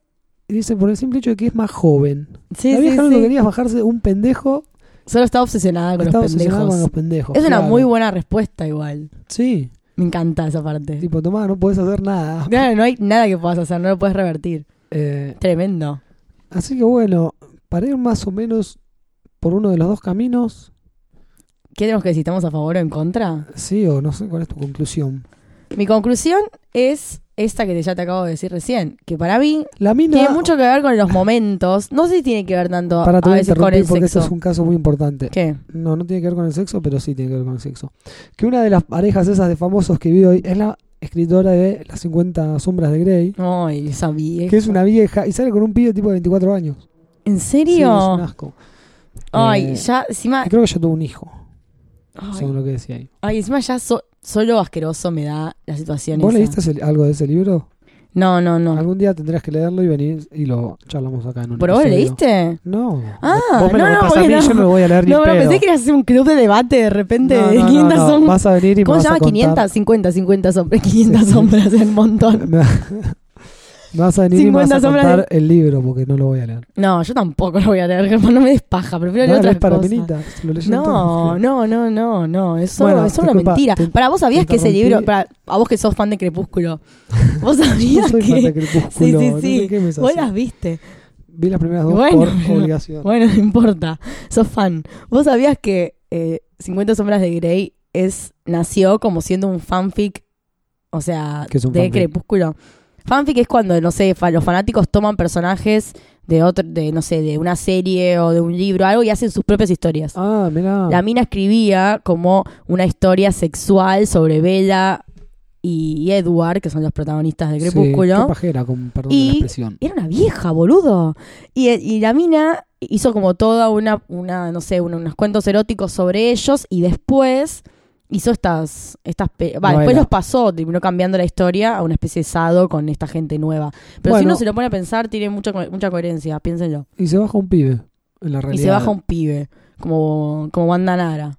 Speaker 1: Y dice, por el simple hecho de que es más joven.
Speaker 2: sí,
Speaker 1: la
Speaker 2: sí.
Speaker 1: vieja lo único que
Speaker 2: sí.
Speaker 1: quería es bajarse un pendejo.
Speaker 2: Solo está obsesionada con
Speaker 1: estaba
Speaker 2: los
Speaker 1: obsesionada
Speaker 2: pendejos.
Speaker 1: con los pendejos.
Speaker 2: Es una
Speaker 1: claro.
Speaker 2: muy buena respuesta igual.
Speaker 1: Sí.
Speaker 2: Me encanta esa parte.
Speaker 1: Tipo, tomá, no puedes hacer nada.
Speaker 2: Claro, no hay nada que puedas hacer, no lo puedes revertir.
Speaker 1: Eh,
Speaker 2: Tremendo.
Speaker 1: así que bueno, para ir más o menos por uno de los dos caminos,
Speaker 2: ¿Qué tenemos que decir? ¿Estamos a favor o en contra?
Speaker 1: sí o no sé cuál es tu conclusión.
Speaker 2: Mi conclusión es esta que te- ya te acabo de decir recién, que para mí
Speaker 1: La mina,
Speaker 2: tiene mucho que ver con los momentos. No sé si tiene que ver tanto
Speaker 1: para
Speaker 2: a
Speaker 1: tu
Speaker 2: veces con
Speaker 1: interrumpir
Speaker 2: el
Speaker 1: porque
Speaker 2: sexo.
Speaker 1: este es un caso muy importante.
Speaker 2: ¿Qué?
Speaker 1: No, no tiene que ver con el sexo, pero sí tiene que ver con el sexo. Que una de las parejas esas de famosos que vi hoy es la escritora de Las 50 sombras de Grey,
Speaker 2: Ay, esa vieja.
Speaker 1: que es una vieja y sale con un pibe tipo de 24 años.
Speaker 2: ¿En
Speaker 1: Sí, es
Speaker 2: serio?
Speaker 1: un asco.
Speaker 2: Ay,
Speaker 1: Eh,
Speaker 2: ya encima...
Speaker 1: Y creo que ya tuvo un hijo, según
Speaker 2: Ay,
Speaker 1: lo que decía ahí.
Speaker 2: ay, encima ya so- solo asqueroso me da la situación
Speaker 1: ¿Vos
Speaker 2: esa.
Speaker 1: leíste ese- algo de ese libro?
Speaker 2: No, no, no.
Speaker 1: Algún día tendrás que leerlo y venir y lo charlamos acá en un
Speaker 2: ¿Pero vos
Speaker 1: episodio.
Speaker 2: leíste?
Speaker 1: No.
Speaker 2: Ah,
Speaker 1: vos me
Speaker 2: no,
Speaker 1: lo
Speaker 2: no,
Speaker 1: pasás a mí,
Speaker 2: porque no.
Speaker 1: yo no lo voy a leer ni
Speaker 2: No,
Speaker 1: en
Speaker 2: pero
Speaker 1: pedo.
Speaker 2: pensé que ibas a hacer un club de debate de repente
Speaker 1: No,
Speaker 2: de
Speaker 1: no, no,
Speaker 2: 500
Speaker 1: no,
Speaker 2: sombras.
Speaker 1: Vas a venir y me
Speaker 2: ¿Cómo
Speaker 1: vas
Speaker 2: se
Speaker 1: a
Speaker 2: llama?
Speaker 1: contar.
Speaker 2: 500, 50, 50 sombras, 500 sombras, es un montón.
Speaker 1: Me va- me vas a venir y me vas
Speaker 2: 50
Speaker 1: a
Speaker 2: sombras
Speaker 1: contar el libro porque no lo voy a leer.
Speaker 2: No, yo tampoco lo voy a leer, Germán, no me des paja, prefiero
Speaker 1: No,
Speaker 2: leer
Speaker 1: no
Speaker 2: otras
Speaker 1: es para
Speaker 2: cosas.
Speaker 1: Menita, se lo leyeron
Speaker 2: No,
Speaker 1: todos.
Speaker 2: no, no, no, no, es solo,
Speaker 1: Bueno,
Speaker 2: es solo
Speaker 1: disculpa,
Speaker 2: una mentira.
Speaker 1: te-
Speaker 2: para vos sabías
Speaker 1: te
Speaker 2: que ese
Speaker 1: interrumpí.
Speaker 2: libro, para, a vos que sos fan de Crepúsculo, vos
Speaker 1: Yo
Speaker 2: sabías
Speaker 1: soy fan de
Speaker 2: que
Speaker 1: Crepúsculo.
Speaker 2: Sí, sí,
Speaker 1: no
Speaker 2: sí.
Speaker 1: sé qué me haces.
Speaker 2: vos las viste.
Speaker 1: Vi las primeras dos
Speaker 2: Bueno,
Speaker 1: por
Speaker 2: pero-
Speaker 1: obligación.
Speaker 2: Bueno, no importa, sos fan. Vos sabías que eh, 50 sombras de Grey es, nació como siendo un fanfic, o sea,
Speaker 1: ¿Qué es un
Speaker 2: de
Speaker 1: fanfic?
Speaker 2: Crepúsculo. Fanfic es cuando, no sé, fa- los fanáticos toman personajes de otro, de, no sé, de una serie o de un libro, algo, y hacen sus propias historias.
Speaker 1: Ah, mirá.
Speaker 2: La mina escribía como una historia sexual sobre Bella y Edward, que son los protagonistas de
Speaker 1: Sí,
Speaker 2: Crepúsculo.
Speaker 1: qué pajera, con perdón de
Speaker 2: Y-
Speaker 1: la expresión.
Speaker 2: Era una vieja, boludo. Y, y la mina hizo como toda una, una no sé, una- unos cuentos eróticos sobre ellos y después hizo estas... estas pe- va, después
Speaker 1: Novela.
Speaker 2: los pasó, terminó cambiando la historia a una especie de sado con esta gente nueva. Pero si
Speaker 1: Bueno.
Speaker 2: uno se lo pone a pensar, tiene mucha, co- mucha coherencia, piénsenlo.
Speaker 1: Y se baja un pibe, en la realidad.
Speaker 2: Y se baja un pibe, como, como Wanda Nara.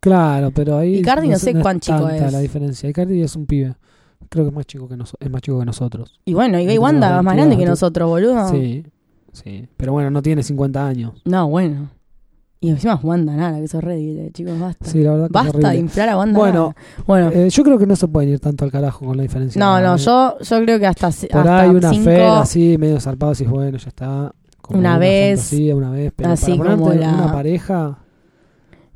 Speaker 1: Claro, pero ahí.
Speaker 2: Icardi no sé
Speaker 1: es
Speaker 2: cuán chico
Speaker 1: tanta
Speaker 2: es.
Speaker 1: la diferencia. Icardi es un pibe. Creo que es más chico que, noso- es más chico que nosotros.
Speaker 2: Y bueno, y ve
Speaker 1: Tenemos
Speaker 2: Wanda es más grande que
Speaker 1: 22.
Speaker 2: nosotros, boludo.
Speaker 1: Sí, sí. Pero bueno, no tiene 50 años.
Speaker 2: No, bueno. Y encima es Wanda Nara, que eso es re, chicos, basta.
Speaker 1: Sí, la verdad que es
Speaker 2: Basta de
Speaker 1: horrible.
Speaker 2: inflar a Wanda
Speaker 1: Bueno,
Speaker 2: Nara. Bueno,
Speaker 1: Eh, yo creo que no se pueden ir tanto al carajo con la diferencia.
Speaker 2: No, no,
Speaker 1: Eh,
Speaker 2: yo, yo creo que hasta, si-
Speaker 1: Por
Speaker 2: hasta
Speaker 1: ahí una
Speaker 2: cinco,
Speaker 1: fe así, medio zarpado, decís, bueno, ya está. Como
Speaker 2: Una vez.
Speaker 1: fantasía, una vez, pero
Speaker 2: Así
Speaker 1: para ponerte
Speaker 2: como la-
Speaker 1: una pareja.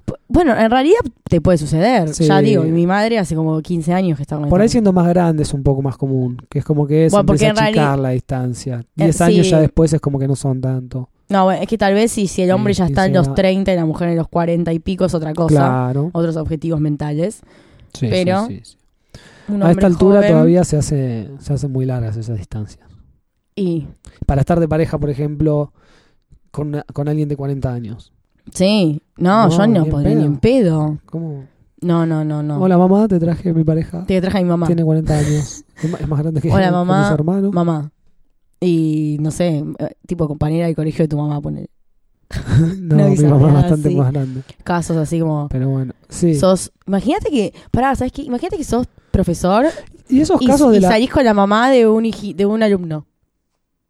Speaker 2: p- Bueno, en realidad te puede suceder.
Speaker 1: Sí.
Speaker 2: Ya digo, y mi madre hace como 15 años que está con
Speaker 1: Por ahí
Speaker 2: esta mujer.
Speaker 1: siendo más grande es un poco más común. Que es como que es
Speaker 2: Bueno, porque
Speaker 1: empieza a
Speaker 2: en realidad- Eh,
Speaker 1: achicar la distancia. 10 años
Speaker 2: sí.
Speaker 1: ya después es como que no son tanto.
Speaker 2: No, bueno, es que tal vez si, si el hombre
Speaker 1: Sí,
Speaker 2: ya está en los
Speaker 1: 15
Speaker 2: 30 y la mujer en los 40 y pico es otra cosa.
Speaker 1: Claro.
Speaker 2: Otros objetivos mentales.
Speaker 1: Sí, sí,
Speaker 2: pero-
Speaker 1: sí, sí.
Speaker 2: Un
Speaker 1: A esta
Speaker 2: hombre
Speaker 1: altura
Speaker 2: joven
Speaker 1: todavía se hace se hacen muy largas esas distancias.
Speaker 2: Y,
Speaker 1: Para estar de pareja, por ejemplo, con, una- con alguien de 40 años.
Speaker 2: sí, no,
Speaker 1: No,
Speaker 2: yo no
Speaker 1: ni en
Speaker 2: podría ni
Speaker 1: pedo.
Speaker 2: en pedo.
Speaker 1: ¿Cómo?
Speaker 2: No, no, no, no.
Speaker 1: Hola mamá, te traje mi pareja.
Speaker 2: Te traje a mi mamá.
Speaker 1: Tiene 40 años. Es ma- es más grande que,
Speaker 2: Hola,
Speaker 1: que
Speaker 2: mamá.
Speaker 1: mis hermanos.
Speaker 2: Mamá. Y no sé, eh, tipo compañera del colegio de tu mamá, poner
Speaker 1: no,
Speaker 2: Una
Speaker 1: mi mamá es
Speaker 2: bizarreada,
Speaker 1: bastante
Speaker 2: sí.
Speaker 1: más grande.
Speaker 2: casos así como.
Speaker 1: Pero bueno, sí.
Speaker 2: Sos, imagínate que, pará, ¿sabes qué? Imagínate que sos profesor
Speaker 1: y esos
Speaker 2: y,
Speaker 1: casos
Speaker 2: y
Speaker 1: de la...
Speaker 2: salís con la mamá de un hiji- de un alumno.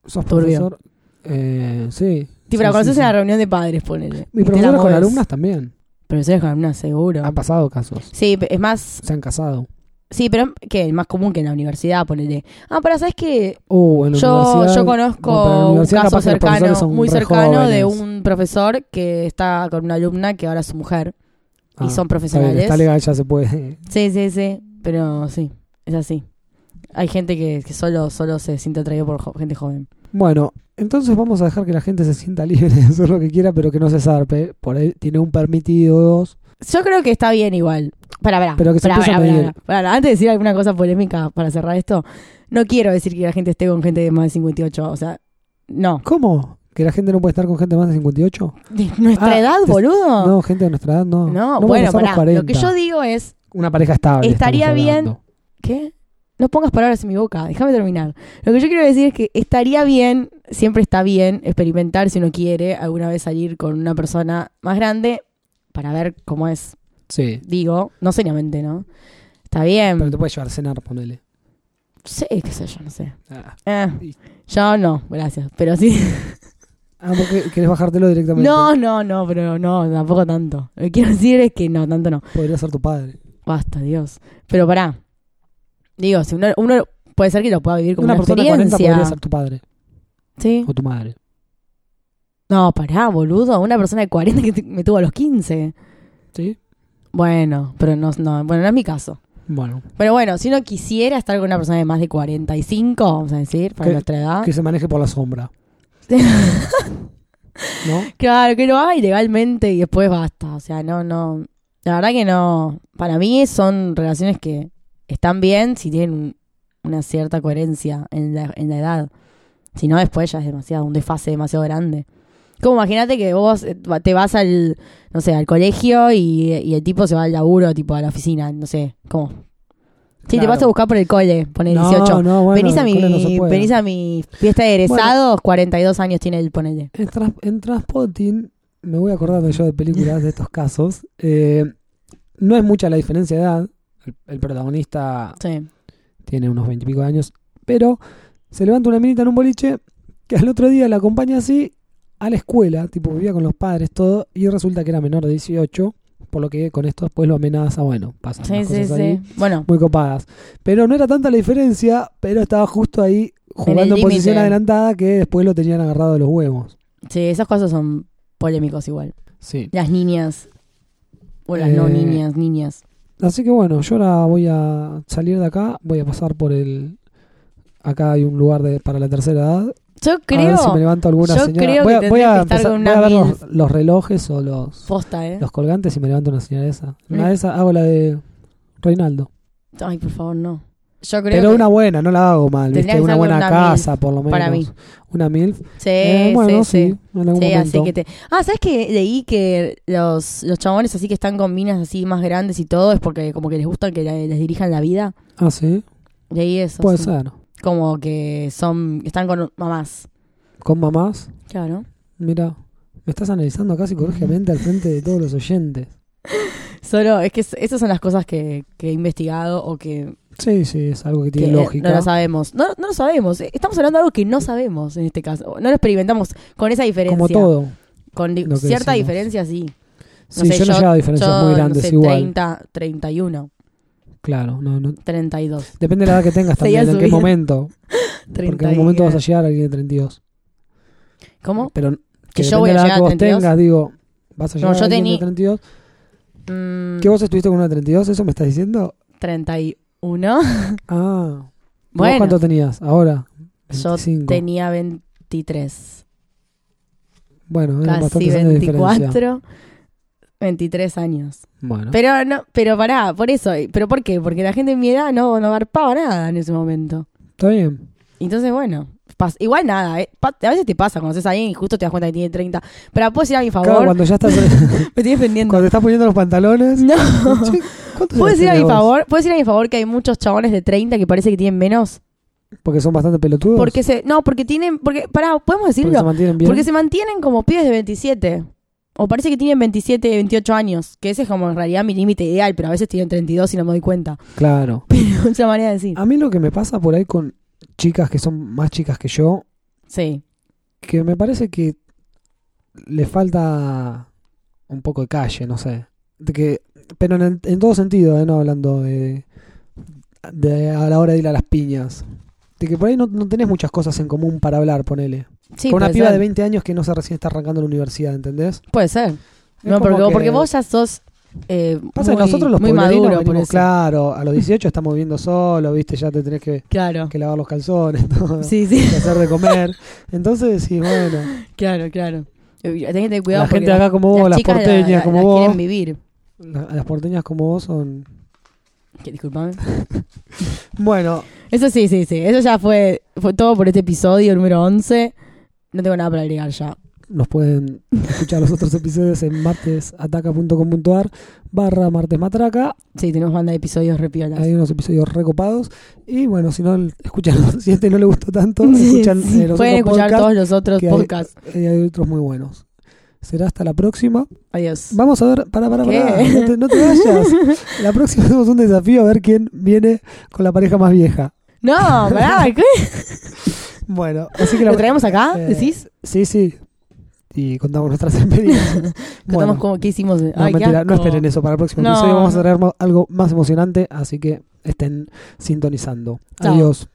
Speaker 1: ¿Sos
Speaker 2: Turbio.
Speaker 1: profesor? Eh, sí.
Speaker 2: Tipo, la
Speaker 1: Sí,
Speaker 2: conoces
Speaker 1: sí,
Speaker 2: en la
Speaker 1: sí.
Speaker 2: reunión de padres, ponele.
Speaker 1: Y
Speaker 2: Y te
Speaker 1: profesores
Speaker 2: la
Speaker 1: con
Speaker 2: movés.
Speaker 1: alumnas Ah. también.
Speaker 2: Profesores con alumnas, seguro.
Speaker 1: Han pasado casos.
Speaker 2: Sí, pe- es más.
Speaker 1: Se han casado.
Speaker 2: Sí, pero que es más común que en la universidad, ponele. Ah, pará, ¿sabes qué?
Speaker 1: Uh, en la
Speaker 2: Yo,
Speaker 1: universidad- bueno,
Speaker 2: yo
Speaker 1: pero en la
Speaker 2: conozco un
Speaker 1: universidad
Speaker 2: caso
Speaker 1: capaz que los profesores
Speaker 2: cercano,
Speaker 1: son
Speaker 2: muy
Speaker 1: re
Speaker 2: cercano de
Speaker 1: jóvenes.
Speaker 2: un profesor que está con una alumna que ahora es su mujer
Speaker 1: Ah,
Speaker 2: y son
Speaker 1: está bien,
Speaker 2: profesionales.
Speaker 1: Está legal, ya se puede.
Speaker 2: Sí, sí, sí. Pero sí, es así. Hay gente que, que solo, solo se siente atraído por jo- gente joven.
Speaker 1: Bueno, entonces vamos a dejar que la gente se sienta libre de hacer lo que quiera, pero que no se zarpe. Por ahí tiene un permitido dos.
Speaker 2: Yo creo que está bien igual. Para, para.
Speaker 1: Pero que se
Speaker 2: para,
Speaker 1: empiece a medir.
Speaker 2: Antes de decir alguna cosa polémica para cerrar esto, no quiero decir que la gente esté con gente de más de 58. O sea, no.
Speaker 1: ¿Cómo? ¿Que la gente no puede estar con gente más de 58?
Speaker 2: De nuestra
Speaker 1: Ah,
Speaker 2: edad,
Speaker 1: te-
Speaker 2: boludo.
Speaker 1: No, gente de nuestra edad no.
Speaker 2: No,
Speaker 1: vamos a
Speaker 2: bueno,
Speaker 1: pasar los
Speaker 2: pará.
Speaker 1: 40.
Speaker 2: Lo que yo digo es.
Speaker 1: Una pareja estable.
Speaker 2: Estaría
Speaker 1: estamos
Speaker 2: bien-
Speaker 1: hablando.
Speaker 2: ¿Qué? No pongas palabras en mi boca, déjame terminar. Lo que yo quiero decir es que estaría bien, siempre está bien experimentar si uno quiere alguna vez salir con una persona más grande para ver cómo es.
Speaker 1: Sí.
Speaker 2: Digo, no seriamente, ¿no? Está bien.
Speaker 1: Pero te puedes llevar a cenar, ponele.
Speaker 2: Sí, qué sé yo, no sé.
Speaker 1: Ah,
Speaker 2: Eh, yo no, gracias. Pero sí.
Speaker 1: Ah, porque querés bajártelo directamente.
Speaker 2: No, no, no, pero no, tampoco tanto. Lo que quiero decir es que no, tanto no.
Speaker 1: Podría ser tu padre.
Speaker 2: Basta, Dios. Pero pará. Digo, si uno, uno Puede ser que lo pueda vivir como una,
Speaker 1: persona de 40
Speaker 2: experiencia.
Speaker 1: podría ser tu padre
Speaker 2: Sí.
Speaker 1: o tu madre.
Speaker 2: No, pará, boludo. Una persona de 40 que te- me tuvo a los 15.
Speaker 1: ¿Sí?
Speaker 2: Bueno, pero no, no, bueno, no es mi caso.
Speaker 1: Bueno,
Speaker 2: Pero bueno, si uno quisiera estar con una persona de más de 45, vamos a decir, para
Speaker 1: Que-
Speaker 2: nuestra edad.
Speaker 1: que se maneje por la sombra. ¿No?
Speaker 2: Claro, que lo haga ilegalmente y después basta. O sea, no, no. La verdad que no. Para mí son relaciones que están bien si tienen un- una cierta coherencia en la, en la edad. Si no, después ya es demasiado, un desfase demasiado grande. Como imagínate que vos eh, te vas al, no sé, al colegio y, y el tipo se va al laburo, tipo a la oficina, no sé, ¿cómo? Sí, te
Speaker 1: Claro.
Speaker 2: vas a buscar por el cole, pone
Speaker 1: No,
Speaker 2: 18.
Speaker 1: no, bueno,
Speaker 2: venís, a mi,
Speaker 1: el cole no se puede.
Speaker 2: venís a mi fiesta de egresados, 42 años tiene el, ponele.
Speaker 1: En, Trans- en Transpotting, me voy acordando yo de películas de estos casos, eh, no es mucha la diferencia de edad. El, el protagonista
Speaker 2: Sí.
Speaker 1: tiene unos veintipico de años, pero se levanta una minita en un boliche que al otro día la acompaña así a la escuela, tipo vivía con los padres, todo, y resulta que era menor de 18, por lo que con esto después lo amenaza, bueno, pasan
Speaker 2: Sí,
Speaker 1: las
Speaker 2: sí,
Speaker 1: cosas
Speaker 2: sí.
Speaker 1: ahí
Speaker 2: Bueno,
Speaker 1: muy copadas. Pero no era tanta la diferencia, pero estaba justo ahí
Speaker 2: En el
Speaker 1: jugando en, posición
Speaker 2: límite.
Speaker 1: adelantada que después lo tenían agarrado de los huevos.
Speaker 2: sí, esas cosas son polémicos igual.
Speaker 1: Sí.
Speaker 2: Las niñas. O las
Speaker 1: Eh,
Speaker 2: no niñas, niñas.
Speaker 1: Así que bueno, yo ahora voy a salir de acá, voy a pasar por el... Acá hay un lugar de, para la tercera edad.
Speaker 2: Yo
Speaker 1: a
Speaker 2: creo,
Speaker 1: ver si me levanto alguna
Speaker 2: yo
Speaker 1: señora.
Speaker 2: creo
Speaker 1: voy a,
Speaker 2: que
Speaker 1: voy a
Speaker 2: tendría que
Speaker 1: empezar-
Speaker 2: estar con una
Speaker 1: voy a ver
Speaker 2: milf.
Speaker 1: los, los relojes o los,
Speaker 2: posta, ¿eh?
Speaker 1: los colgantes y me levanto una señora de esa. Una
Speaker 2: Mm.
Speaker 1: de esas hago la de Reinaldo.
Speaker 2: Ay, por favor, no. Yo creo
Speaker 1: Pero
Speaker 2: que
Speaker 1: una buena, no la hago mal.
Speaker 2: Tendría
Speaker 1: ¿viste?
Speaker 2: que
Speaker 1: Una
Speaker 2: ser
Speaker 1: buena
Speaker 2: una
Speaker 1: casa, por lo menos.
Speaker 2: para mí.
Speaker 1: Una MILF.
Speaker 2: Sí,
Speaker 1: Eh, bueno,
Speaker 2: sí, sí.
Speaker 1: en algún
Speaker 2: Sí, así
Speaker 1: momento.
Speaker 2: que te... Ah, ¿sabes que leí que los, los chabones así que están con minas así más grandes y todo es porque como que les gusta que la- les dirijan la vida?
Speaker 1: Ah, sí,
Speaker 2: Leí eso.
Speaker 1: puede
Speaker 2: sí.
Speaker 1: ser.
Speaker 2: Como que son... Están con mamás.
Speaker 1: Con mamás,
Speaker 2: Claro.
Speaker 1: mira, me estás analizando acá psicológicamente al frente de todos los oyentes.
Speaker 2: Solo, es que es- esas son las cosas que, que he investigado o que
Speaker 1: Sí, sí, es algo que
Speaker 2: que
Speaker 1: tiene lógica.
Speaker 2: No lo sabemos. No, no lo sabemos. Eh, Estamos hablando de algo que no sabemos en este caso. No lo experimentamos con esa diferencia.
Speaker 1: Como todo.
Speaker 2: Con di-
Speaker 1: lo que
Speaker 2: cierta
Speaker 1: decimos.
Speaker 2: diferencia, sí.
Speaker 1: Sí, yo no llevaba diferencias
Speaker 2: yo,
Speaker 1: muy
Speaker 2: no
Speaker 1: grandes
Speaker 2: sé,
Speaker 1: igual.
Speaker 2: 30, 31,
Speaker 1: Claro, no, no.
Speaker 2: 32.
Speaker 1: Depende de la edad que tengas
Speaker 2: Seguía
Speaker 1: también, en qué
Speaker 2: subiendo.
Speaker 1: momento.
Speaker 2: 30
Speaker 1: Porque en un momento vas a llegar a alguien de 32.
Speaker 2: ¿Cómo?
Speaker 1: Pero
Speaker 2: Que
Speaker 1: que,
Speaker 2: yo
Speaker 1: yo
Speaker 2: voy a
Speaker 1: de la edad que
Speaker 2: llegar a
Speaker 1: vos
Speaker 2: 32.
Speaker 1: tengas, digo, vas a
Speaker 2: No,
Speaker 1: llegar
Speaker 2: yo
Speaker 1: a alguien
Speaker 2: tení-
Speaker 1: de 32.
Speaker 2: Mm,
Speaker 1: ¿Que vos estuviste con una de 32? ¿Eso me estás diciendo?
Speaker 2: 31.
Speaker 1: Ah. ¿Vos
Speaker 2: Bueno,
Speaker 1: cuánto tenías ahora?
Speaker 2: yo
Speaker 1: 25.
Speaker 2: tenía 23.
Speaker 1: Bueno, eran
Speaker 2: Casi
Speaker 1: bastantes años de diferencia.
Speaker 2: 24. 23 años.
Speaker 1: Bueno.
Speaker 2: Pero no, pero pará, por eso. eh, ¿Pero por qué? Porque la gente de mi edad no, no garpaba nada en ese momento.
Speaker 1: Está bien.
Speaker 2: Entonces, bueno, pas- igual nada, eh, pa- a veces te pasa, conoces a alguien y justo te das cuenta que tiene 30. Pero puedes ir a mi
Speaker 1: Claro,
Speaker 2: favor,
Speaker 1: cuando ya estás
Speaker 2: me estoy defendiendo.
Speaker 1: cuando te estás poniendo los pantalones.
Speaker 2: No,
Speaker 1: Che, ¿cuántos
Speaker 2: puedes
Speaker 1: años
Speaker 2: ir a mi
Speaker 1: tenés vos?
Speaker 2: favor, puedes ir a mi favor que hay muchos chabones de 30 que parece que tienen menos.
Speaker 1: Porque son bastante pelotudos.
Speaker 2: Porque se, no, porque tienen, porque, pará, podemos
Speaker 1: Porque se
Speaker 2: decirlo,
Speaker 1: mantienen bien.
Speaker 2: porque se mantienen como pibes de 27. O parece que tienen 27, 28 años, que ese es como en realidad mi límite ideal, pero a veces tienen 32 y no me doy cuenta.
Speaker 1: Claro.
Speaker 2: Pero es una manera de decir.
Speaker 1: A mí lo que me pasa por ahí con chicas que son más chicas que yo,
Speaker 2: Sí,
Speaker 1: que me parece que le falta un poco de calle, no sé. De que, pero en, el- en todo sentido, ¿eh? no hablando de, de a la hora de ir a las piñas. De que por ahí no, no tenés muchas cosas en común para hablar, ponele.
Speaker 2: sí,
Speaker 1: con una
Speaker 2: puede
Speaker 1: piba
Speaker 2: ser.
Speaker 1: de 20 años que no se recién está arrancando la universidad, ¿entendés?
Speaker 2: Puede ser.
Speaker 1: Es
Speaker 2: No, porque,
Speaker 1: como que-
Speaker 2: porque vos ya sos eh,
Speaker 1: Pasa
Speaker 2: muy,
Speaker 1: que nosotros los
Speaker 2: muy
Speaker 1: pueblerinos
Speaker 2: maduro, por
Speaker 1: venimos,
Speaker 2: eso.
Speaker 1: claro, a los 18 estamos viviendo solos, viste, ya te tenés que,
Speaker 2: Claro.
Speaker 1: que lavar los calzones, todo,
Speaker 2: Sí, sí.
Speaker 1: que hacer de comer. Entonces, sí, bueno,
Speaker 2: Claro, claro. Tenés que tener cuidado
Speaker 1: la
Speaker 2: porque
Speaker 1: gente acá como vos, las,
Speaker 2: chicas la-
Speaker 1: porteñas
Speaker 2: la-
Speaker 1: como
Speaker 2: la
Speaker 1: vos,
Speaker 2: quieren vivir.
Speaker 1: la- las porteñas como vos son...
Speaker 2: Que, disculpame.
Speaker 1: Bueno,
Speaker 2: Eso sí, sí, sí. Eso ya fue, fue todo por este episodio número 11. No tengo nada para agregar ya.
Speaker 1: nos pueden escuchar los otros episodios en martesataca.com.ar barra martesmatraca.
Speaker 2: Sí, tenemos banda de episodios repiolas.
Speaker 1: Hay unos episodios recopados. Y bueno, si no escuchan los siete no le gustó tanto,
Speaker 2: Sí,
Speaker 1: escuchan
Speaker 2: sí.
Speaker 1: eh, los
Speaker 2: Pueden
Speaker 1: otros
Speaker 2: escuchar
Speaker 1: podcasts.
Speaker 2: todos los otros
Speaker 1: que hay-
Speaker 2: podcasts.
Speaker 1: eh, hay otros muy buenos. Será hasta la próxima.
Speaker 2: Adiós.
Speaker 1: Vamos a ver, para, para,
Speaker 2: ¿Qué?
Speaker 1: para. No te, no te vayas. La próxima hacemos un desafío a ver quién viene con la pareja más vieja.
Speaker 2: No, pará, ¿qué?
Speaker 1: Bueno, así que la
Speaker 2: ¿Lo traemos acá?
Speaker 1: eh,
Speaker 2: ¿Decís?
Speaker 1: Sí, sí. Y contamos nuestras experiencias.
Speaker 2: Contamos
Speaker 1: bueno,
Speaker 2: cómo- qué hicimos.
Speaker 1: no,
Speaker 2: Ay, qué
Speaker 1: mentira, no
Speaker 2: asco.
Speaker 1: esperen eso para el próximo
Speaker 2: No,
Speaker 1: episodio. Vamos
Speaker 2: no.
Speaker 1: a traer mo- algo más emocionante, así que estén sintonizando.
Speaker 2: Chao.
Speaker 1: Adiós.